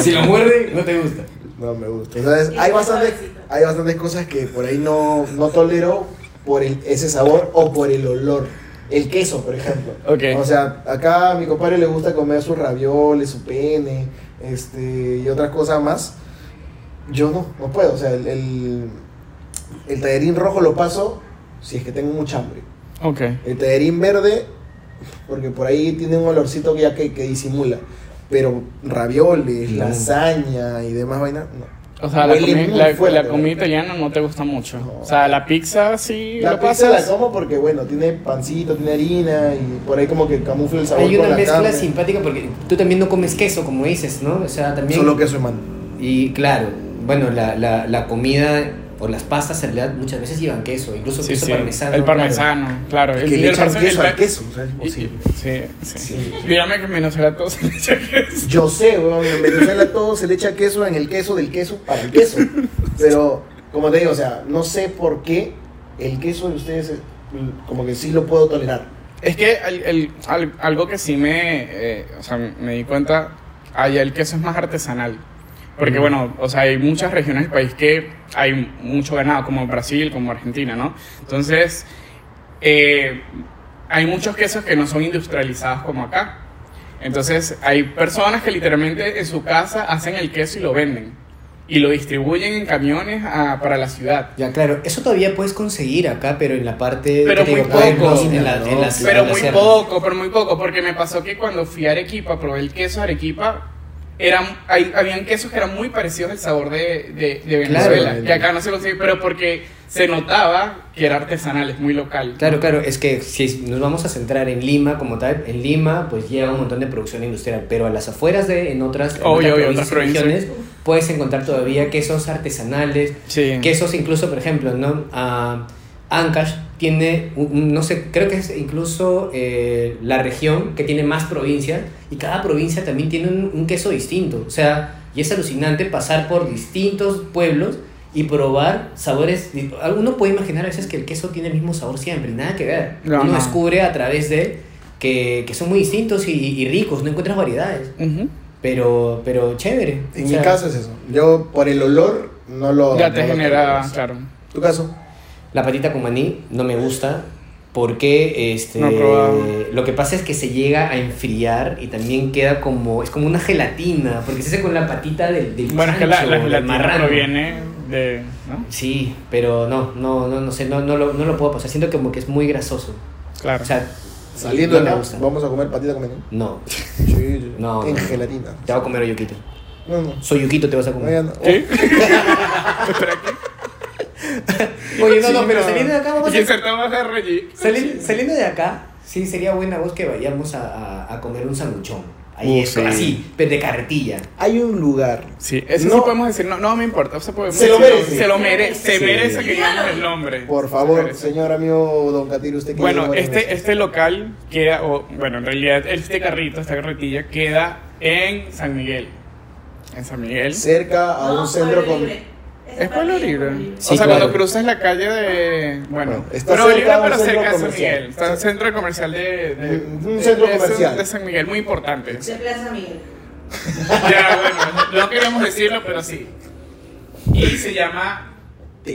D: Si lo muerde, no te gusta.
B: No me gusta. Entonces, hay bastantes, hay bastantes cosas que por ahí no, no tolero por el- ese sabor o por el olor. El queso, por ejemplo.
C: Ok.
B: O sea, acá a mi compadre le gusta comer sus ravioles, su pene, este, y otras cosas más. Yo no, no puedo. O sea, el, el, el tallarín rojo lo paso si es que tengo mucha hambre.
C: Ok.
B: El tallarín verde, porque por ahí tiene un olorcito que ya que, que disimula. Pero ravioles,
D: No.
B: lasaña y demás vaina, no.
C: O sea, la
B: Huele
C: comida,
B: muy
C: la-
B: fuerte,
C: la comida italiana no te gusta mucho.
B: No.
C: O sea, la pizza sí
B: La
C: lo
B: pizza la
C: pasas.
B: como porque, bueno, tiene pancito, tiene harina y por ahí como que camufla el sabor
D: Hay
B: con
D: una
B: la
D: mezcla
B: carne.
D: simpática porque tú también no comes queso, como dices, ¿no? O sea, también.
B: Solo queso, hermano.
D: Y claro, bueno, la, la, la comida o las pastas en realidad muchas veces llevan queso, incluso
C: Sí,
D: queso
C: sí.
D: parmesano.
C: el
D: claro.
C: parmesano, claro.
B: Que
C: El,
B: le
C: el
B: echan
C: parmesano-
B: queso
C: el
B: al
C: pa-
B: queso, o sea, es
C: y- Sí,
B: imposible.
C: sí.
B: Sí.
C: Dígame que en Venezuela todo se le echa queso.
B: Yo sé, weón, en Venezuela todo se le echa queso en el queso del queso para el queso. Pero, como te digo, o sea, no sé por qué el queso de ustedes es- como que sí lo puedo tolerar.
C: Es que el- el- al- algo que sí me, eh, o sea, me di cuenta, allá el queso es más artesanal. Porque bueno, o sea, hay muchas regiones del país que hay mucho ganado, como Brasil, como Argentina, ¿no? Entonces, eh, hay muchos quesos que no son industrializados como acá. Entonces, hay personas que literalmente en su casa hacen el queso y lo venden. Y lo distribuyen en camiones a- para la ciudad.
D: Ya, claro, eso todavía puedes conseguir acá, pero en la parte.
C: Pero
D: ¿qué
C: muy
D: acá en
C: poco.
D: los- En la, en la-
C: Pero
D: en la
C: muy
D: sierra.
C: poco, pero muy poco, porque me pasó que cuando fui a Arequipa, probé el queso de Arequipa, eran, hay- habían quesos que eran muy parecidos al sabor de, de- de Venezuela,
B: Claro.
C: que acá no se consigue, pero porque se notaba que era artesanal, es muy local.
D: Claro, claro, es que si nos vamos a centrar en Lima como tal, en Lima pues lleva un montón de producción industrial, pero a las afueras de, en otras, en
C: Obvio,
D: otras
C: obvio, otras
D: provincias,
C: provincias.
D: regiones, puedes encontrar todavía quesos artesanales,
C: Sí.
D: quesos incluso, por ejemplo, ¿no? Ah, Ancash tiene, un- un- no sé, creo que es incluso eh, la región que tiene más provincias y cada provincia también tiene un, un queso distinto. O sea, y es alucinante pasar por distintos pueblos y probar sabores. di- Uno puede imaginar a veces que el queso tiene el mismo sabor siempre, nada que ver.
C: No,
D: Uno
C: no.
D: descubre a través de que, que son muy distintos y, y ricos, no encuentras variedades.
C: Ujú.
D: Pero, pero chévere.
B: En
D: O
B: mi
D: sea,
B: caso es eso. Yo por el olor no lo...
C: Ya te
B: no lo
C: genera,
B: tolero.
C: claro.
B: ¿Tu caso?
D: La patita con maní no me gusta porque este
C: No he probado.
D: lo que pasa es que se llega a enfriar y también queda como es como una gelatina porque se hace con la patita del, del
C: Bueno, es que la,
D: chancho,
C: la
D: del
C: gelatina
D: marrano.
C: proviene de... ¿no?
D: Sí, pero no, no, no, no sé, no, no, lo, no lo puedo pasar. Siento como que es muy grasoso.
C: Claro.
D: O sea,
B: Saliendo
D: no
B: de
D: me
B: acá,
D: gusta.
B: vamos a comer patita con menú.
D: No,
B: Sí, sí.
D: No,
B: En
D: no.
B: gelatina.
D: te va a comer yuquito.
B: No, no.
D: Soy yuquito, te vas a
B: No, ya
D: comer.
B: no.
C: ¿Sí?
D: Oye, no, no, pero
C: Sí,
D: saliendo de acá
B: oh.
D: vamos
C: Y
D: a
C: insertamos a Reggie.
D: Sali- saliendo de acá, sí sería buena voz que vayamos a, a- a comer un sanguchón. Ahí
C: Uh,
D: es,
C: sí.
D: así, pero de carretilla.
B: Hay un lugar.
C: Sí, eso sí
B: No.
C: podemos decir, no, no me importa, o sea, podemos
B: Se lo
C: decirlo,
B: merece.
C: Se lo merece, se
D: Sí.
C: merece que digamos el nombre.
B: Por
C: Se
B: favor,
C: merece.
B: señor amigo Don Catiro, usted que
C: Bueno,
B: llegó varias
C: este,
B: veces.
C: este local queda, o, bueno, en realidad este carrito, esta carretilla queda en San Miguel. En San Miguel.
B: Cerca a un centro con...
C: Es pueblo libre.
D: Sí,
C: o sea,
D: claro.
C: cuando cruzas la calle de. Bueno,
B: Bueno, está
C: pueblo
B: cerca
C: libre,
B: a un
C: pero
B: centro
C: cerca de San
B: comercial.
C: Miguel. Está en el centro comercial de. de-
B: Un- un
C: de-
B: centro
C: de- de-
B: comercial.
C: De San Miguel, muy importante.
A: De Plaza Miguel.
C: Ya, bueno, no queremos decirlo, pero sí. Y se llama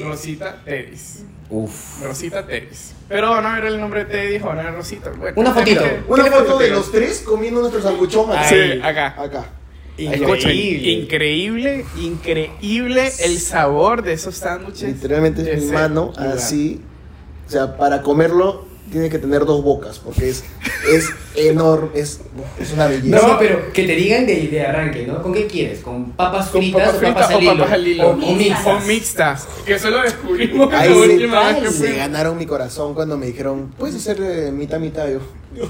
C: Rosita Teddy's.
D: Uf.
C: Rosita Teddy's. Pero van a ver el nombre de Teddy's, van a ver Rosita. Bueno,
D: Una fotito.
C: ¿qué-
B: Una
C: qué
B: foto de
C: tengo?
B: los tres comiendo nuestro sanguchón acá.
C: Sí, acá.
B: Acá.
C: Escuchen,
D: Increíble.
C: increíble, increíble el sabor de esos sándwiches.
B: Literalmente
C: de
B: es mi
C: ese
B: mano
C: lugar.
B: así. O sea, para comerlo tiene que tener dos bocas porque es, es enorme, es, es una belleza.
D: No, pero que te digan de, de arranque, ¿no? ¿Con qué quieres? ¿Con papas
C: Con
D: fritas,
C: papas fritas
D: o papas al hilo?
C: O,
A: O mixtas.
C: o mixtas. Que eso lo descubrimos
B: Ahí
C: la
B: se-
C: última vez que
B: se,
C: fuimos.
B: ganaron mi corazón cuando me dijeron, puedes hacer eh, mitad mitad. Yo, yo,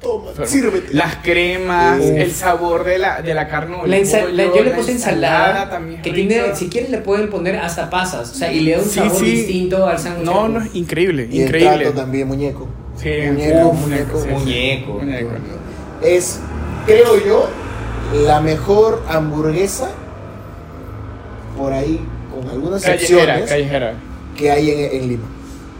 B: toma,
C: Pero-
B: sírvete.
C: Las cremas,
B: Uf.
C: el sabor de la, de la carne o el
D: La ensa- la- yo le
C: pollo,
D: puse
C: la
D: ensalada,
C: también
D: que
C: rica.
D: tiene, si quieres le pueden poner hasta pasas, o sea, y le da un
C: Sí,
D: sabor
C: sí.
D: distinto al sándwich.
C: No, no, es increíble,
B: y el
C: increíble.
B: trato también, muñeco.
C: Sí,
B: Muñeco,
C: uf,
B: muñeco,
C: sí, sí.
D: muñeco.
C: Muñeco.
B: Es, creo yo, la mejor hamburguesa por ahí, con algunas
C: Callejera,
B: excepciones,
C: callejera.
B: que hay en, en Lima.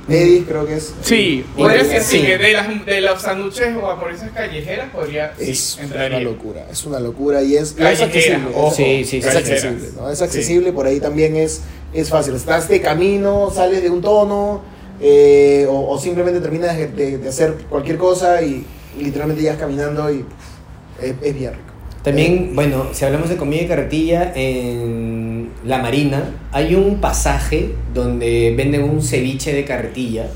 B: Edis creo que es.
C: Sí,
B: Bueno,
C: podría ser,
B: sí.
C: sí, que de, las, de los sándwiches o hamburguesas callejeras podría sí,
B: Es
C: entraría.
B: una locura, es una locura y es, y es
C: Callejera,
B: accesible.
C: ojo,
B: es-
D: Sí, sí,
B: es
D: callejera.
B: accesible, ¿no? Es accesible, por ahí también es, es fácil. Estás de camino, sales de un tono eh, o, o simplemente terminas de, de- de hacer cualquier cosa y literalmente llegas caminando y es, es bien rico.
D: También, bueno, si hablamos de comida y carretilla, en La Marina hay un pasaje donde venden un ceviche de carretilla.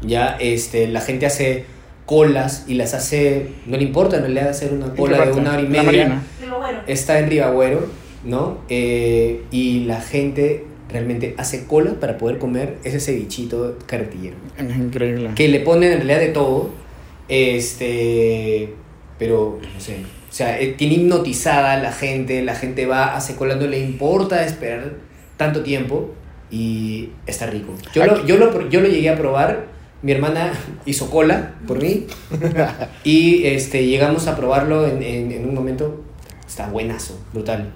D: Ya, este, la gente hace colas y las hace, no le importa en realidad hacer una cola de
C: Roberto,
D: una hora y
C: La
D: media.
C: Marina.
A: Pero bueno,
C: Eh,
D: Está en Ribagüero, ¿no? Eh, y la gente realmente hace cola para poder comer ese cevichito carretillero
C: Es increíble.
D: que le ponen en realidad de todo, este, pero no sé, o sea, eh, tiene hipnotizada a la gente, la gente va hace cola, no le importa esperar tanto tiempo y está rico. Yo lo,
C: Aquí-
D: yo lo, yo lo llegué a probar, mi hermana hizo cola por mí y este, llegamos a probarlo en, en- en un momento, está buenazo, brutal.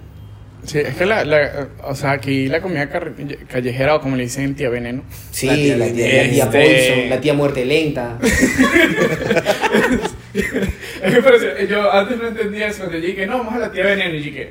C: Sí, es que la, la- o sea, aquí la comida carre- callejera o como le dicen tía veneno,
D: Sí,
B: La
D: la
B: tía-
D: tía, la tía,
C: Este-
D: Poison, la tía muerte lenta.
C: Es que parece- yo antes no entendía eso, cuando yo dije, no, vamos a la tía Veneno, y yo dije,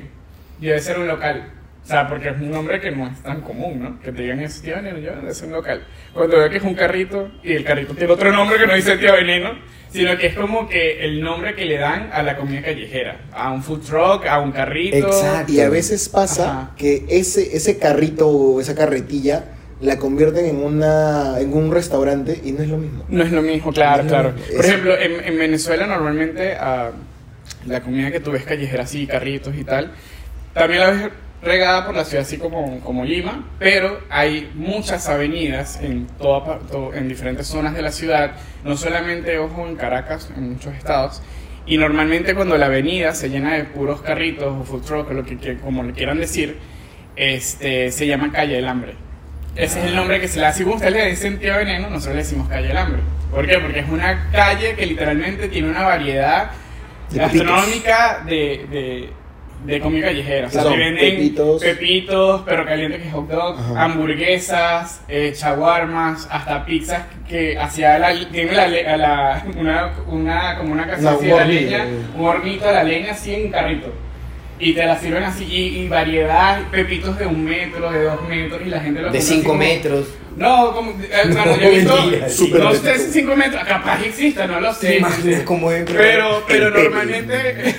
C: debe ser un local. O sea, porque es un nombre que no es tan común, ¿no? Que te digan es tía Veneno, yo es un local. Cuando veo que es un carrito, y el carrito tiene otro nombre que no dice tía Veneno, sino que es como que el nombre que le dan a la comida callejera, a un food truck, a un carrito.
D: Exacto.
B: Y a veces pasa
C: Ajá.
B: que ese, ese carrito o esa carretilla la convierten en, una, en un restaurante y no es lo mismo.
C: No es lo mismo, claro,
B: No es lo
C: claro.
B: mismo.
C: Por
B: Es-
C: ejemplo, en, en Venezuela normalmente ah, la comida que tú ves callejera así, carritos y tal, también la ves regada por la ciudad así como, como Lima, pero hay muchas avenidas en, toda, pa- to- en diferentes zonas de la ciudad, no solamente, ojo, en Caracas, en muchos estados, y normalmente cuando la avenida se llena de puros carritos o food truck o lo que, que- como le quieran decir, este, se llama Calle del Hambre. Ese es el nombre que se le hace. Si ustedes le dicen Tío Veneno, nosotros le decimos Calle del Hambre. ¿Por qué? Porque es una calle que literalmente tiene una variedad
B: De
C: gastronómica de, de, de comida callejera. O sea,
B: Que
C: te
B: son
C: venden
B: pepitos.
C: pepitos, perro caliente que es hot dog,
B: Ajá.
C: hamburguesas, eh, chaguarmas, hasta pizzas que hacia la, tiene la, le- a la- una, una, como una casa
B: No,
C: así
B: un
C: de la
B: hornillo.
C: leña, un hornito a la leña así en un carrito. Y te la sirven así, y, y variedad, pepitos de un metro, de dos metros, y la gente lo
D: De
C: compra así
D: 5
C: como-
D: metros.
C: No, como, eh, hermano, yo he visto,
D: Mentira,
B: súper
C: no
B: rico.
C: sé si cinco metros, capaz exista, no lo sé.
D: cómo es, bro?
C: Pero, pero
D: El Pepe.
C: normalmente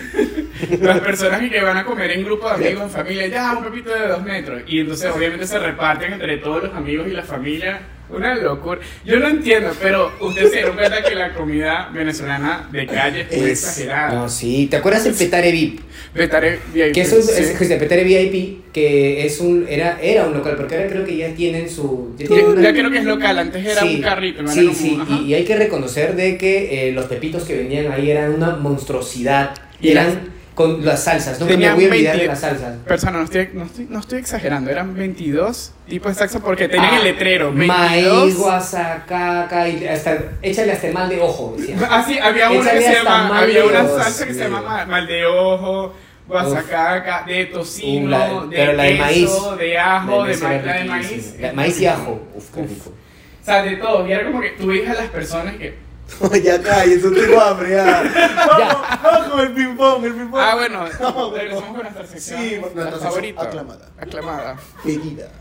C: las personas que van a comer en grupo de amigos, en familia, ya un pepito de dos metros. Y entonces obviamente se reparten entre todos los amigos y la familia. Una locura. Yo no entiendo, pero ustedes se dieron cuenta que la comida venezolana de calle es, muy
D: No,
C: exagerada.
D: sí. ¿Te acuerdas el Petare VIP?
C: Vetaré VIP,
D: Que eso es,
C: sí.
D: es- es el Petare VIP, que es un, era, era un local, porque ahora creo que ya tienen su... Ya,
C: Ya,
D: tienen una-
C: ya creo que es local, antes era
D: Sí,
C: un carrito. ¿no? Era
D: Sí,
C: como-
D: sí,
C: ajá.
D: y, y hay que reconocer de que eh, los pepitos que venían ahí eran una monstruosidad.
C: Y
D: eran
C: las-
D: con las salsas, no me
C: Tenían
D: voy a olvidar
C: 20
D: de las salsas.
C: Persona, no estoy, no, estoy, no estoy exagerando, eran 22 tipos de saxo porque tenían
D: Ah,
C: el letrero. 22.
D: Maíz, guasacaca, y hasta, échale hasta el mal de ojo, decían.
C: Ah, sí, había
D: Échale
C: una que se
D: hasta
C: llama,
D: mal
C: había
D: de
C: una
D: ojo,
C: salsa que se
D: sí.
C: llama ma- mal de ojo, guasacaca, de
D: Un
C: tocino,
D: la-
C: de
D: pero la de
C: queso, de ajo, de,
D: maíz era
C: ma- la de maíz.
D: riquísima. La- maíz y ajo. Uf, qué
C: Uf.
D: rico.
C: O sea, de todo. Y era como que tú veías a las personas que.
B: ya calles, no tengo hambre, ya.
D: Ya.
B: Vamos, vamos con el ping-pong, el ping-pong.
C: Ah, bueno,
B: No,
C: regresamos
B: bueno.
C: con nuestra sección.
B: Sí, nuestra
C: la
B: sección
C: favorita.
B: aclamada.
C: Aclamada.
B: Querida,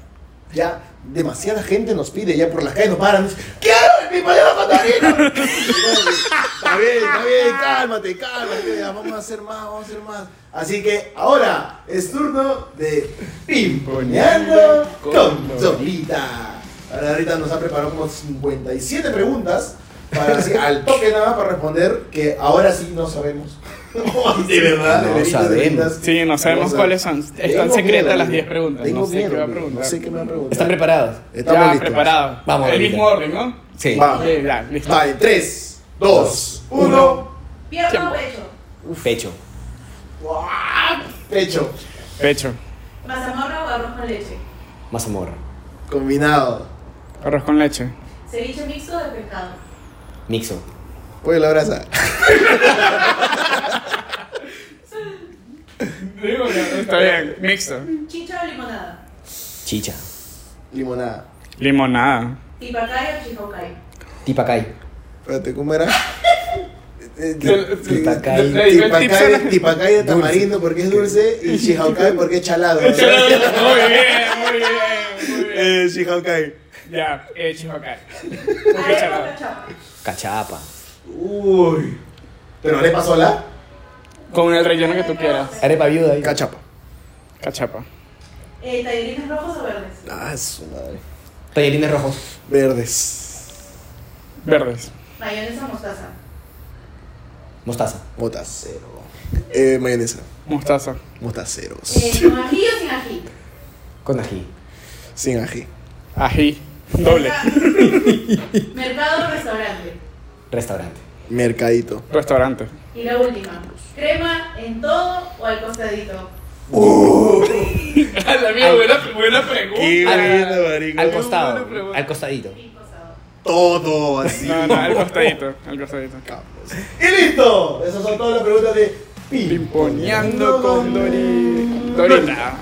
B: ya demasiada gente nos pide ya por la calle, nos paran. nos- ¡Quiero el ping-pong de Bajo Torino! ¿eh?". Está bien, está bien, cálmate, cálmate. ya, vamos a hacer más, vamos a hacer más. Así que ahora es turno de pimponeando con Solita. Ahora, ahorita nos ha preparado como 57 preguntas para así, al toque nada más para responder que ahora sí no sabemos. de verdad,
D: No
B: de veritas, de
D: sabemos.
B: veritas.
C: Sí, no sabemos
B: Vamos a-
C: cuáles son. Están
B: Tengo
C: secretas
B: miedo,
C: las 10
B: amigo.
C: preguntas.
B: Tengo
C: No sé qué
B: miedo,
C: va a
B: amigo.
C: preguntar.
B: No sé qué me van a preguntar.
D: ¿Están preparados?
B: Estamos
C: ya,
B: listos.
C: preparado.
D: Vamos,
C: El
D: ahorita.
C: mismo orden, ¿no?
D: Sí.
B: Va.
C: Sí, ya, listo.
B: Va, en 3, 2, 1.
A: Pierna o
C: Tiempo.
A: pecho.
D: Pecho.
B: Pecho.
C: Pecho.
A: Mazamorra o arroz con leche.
D: Mazamorra.
B: Combinado.
C: Arroz con leche.
A: Ceviche mixto de pescado.
D: Mixo.
B: Pollo a la brasa.
C: Está bien. Mixto.
A: Chicha o limonada.
D: Chicha.
B: Limonada.
C: Limonada.
A: Tipacay o chihocay.
D: Tipacay.
B: Espérate, ¿cómo era? Eh, eh,
D: Tipacay.
B: eh, Tipacay tipacay de tamarindo porque es dulce y Shihaukai porque es chalado.
C: Muy bien, muy bien, muy bien.
B: Eh, Shihaukai.
C: Ya, eh, Chihuacán.
A: Arepa o cachapa.
D: Cachapa.
B: Uy. ¿Pero arepa sola?
C: Con el relleno que tú quieras.
D: Arepa viuda.
B: Cachapa.
C: Cachapa.
A: Eh, tallarines rojos o verdes.
B: Ah, su madre.
D: Tallarines rojos.
B: Verdes.
C: Verdes.
A: Mayonesa o mostaza.
D: Mostaza.
B: Motacero. Eh, mayonesa.
C: Mostaza.
B: Motaceros.
A: Eh, ¿Con ají o sin ají?
D: Con ají.
B: Sin ají.
C: Ají. Doble.
A: Mercado- Mercado o restaurante.
D: Restaurante.
B: Mercadito.
C: Restaurante.
A: Y la última. ¿Crema en todo o al costadito?
C: La mía, buena, buena pregunta.
B: marico.
D: Al
C: Qué buena
D: costado.
C: pregunta.
D: Al costadito.
A: Y costado.
B: Todo así.
C: No, no, al costadito. Al costadito.
B: Y listo. Esas son todas las preguntas de
C: Pimponeando con Dori. Dorita.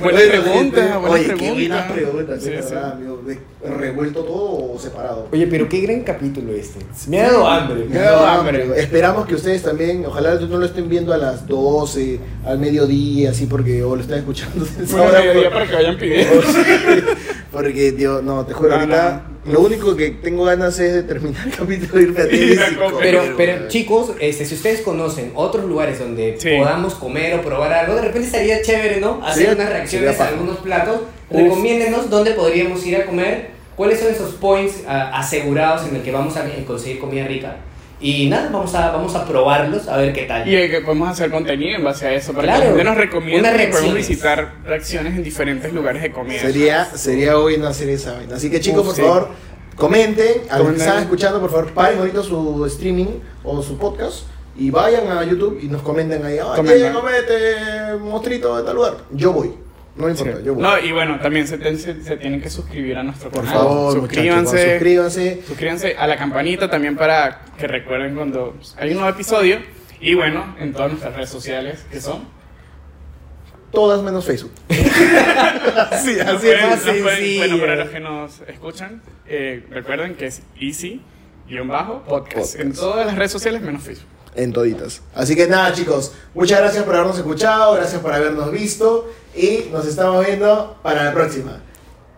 C: Buena
B: Bueno,
C: pregunta, buena
B: Oye,
C: pregunta.
B: qué buenas preguntas.
C: Sí,
B: de
C: sí.
B: verdad, amigo. ¿De- ¿Revuelto todo o separado?
D: Oye, pero qué gran capítulo este. Me ha dado hambre.
B: Me ha dado hambre. Esperamos que ustedes también, ojalá no lo estén viendo a las 12, al mediodía, así porque o lo están escuchando.
C: Bueno,
B: ahora
C: día-
B: por-
C: día para que vayan pidiendo.
B: Porque, Dios, no, te juro,
C: No,
B: ahorita lo único que tengo ganas es de terminar el capítulo y irme a
C: Y ir a comer.
D: Pero, pero chicos, este, si ustedes conocen otros lugares donde
C: Sí.
D: podamos comer o probar algo, de repente estaría chévere, ¿no? Hacer
B: Sí,
D: unas reacciones
B: sería
D: a
B: paja.
D: algunos platos.
C: Uf.
D: Recomiéndenos dónde podríamos ir a comer, cuáles son esos points ah, asegurados en el que vamos a conseguir comida rica. Y nada, vamos a, vamos a probarlos a ver qué tal.
C: Y el que podemos hacer contenido en base a eso. Para que
D: Claro.
C: la gente nos recomienda
D: Unas
C: que podemos
D: reacciones.
C: visitar reacciones en diferentes lugares de comida.
B: Sería, sería hoy no hacer esa vaina. Así que chicos,
C: Uf,
B: por
C: sí.
B: favor, comenten. A los que
C: Comenten.
B: están escuchando, por favor, paren ahorita su streaming o su podcast y vayan a YouTube y nos comenten ahí. Ah,
C: Comenten.
B: llega, comete, mostrito de tal lugar. Yo voy. No me
C: Sí.
B: importa, yo voy.
C: No, y bueno, también se, ten- se- se tienen que suscribir a nuestro
B: por
C: canal.
B: favor,
C: suscríbanse.
B: muchachos, suscríbanse.
C: Suscríbanse a la campanita también para que recuerden cuando hay un nuevo episodio. Y bueno, en todas nuestras redes sociales que son.
B: Todas menos Facebook. sí,
C: Nos
B: así es.
C: pueden-
D: más
C: nos pueden-
D: sencillo.
C: Bueno, para los que nos escuchan, eh, recuerden que es easy. Guión bajo, podcast. En todas las redes sociales menos Facebook.
B: En toditas. Así que nada, chicos. Muchas gracias por habernos escuchado. Gracias por habernos visto. Y nos estamos viendo para la próxima.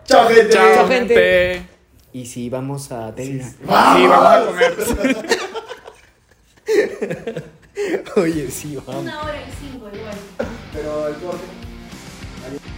B: Chao, gente.
C: Chao,
D: gente.
C: gente.
D: Y si vamos a Davis.
C: Sí, vamos a comer.
D: Oye, sí, vamos.
A: Una hora y cinco igual.
B: Pero el corte.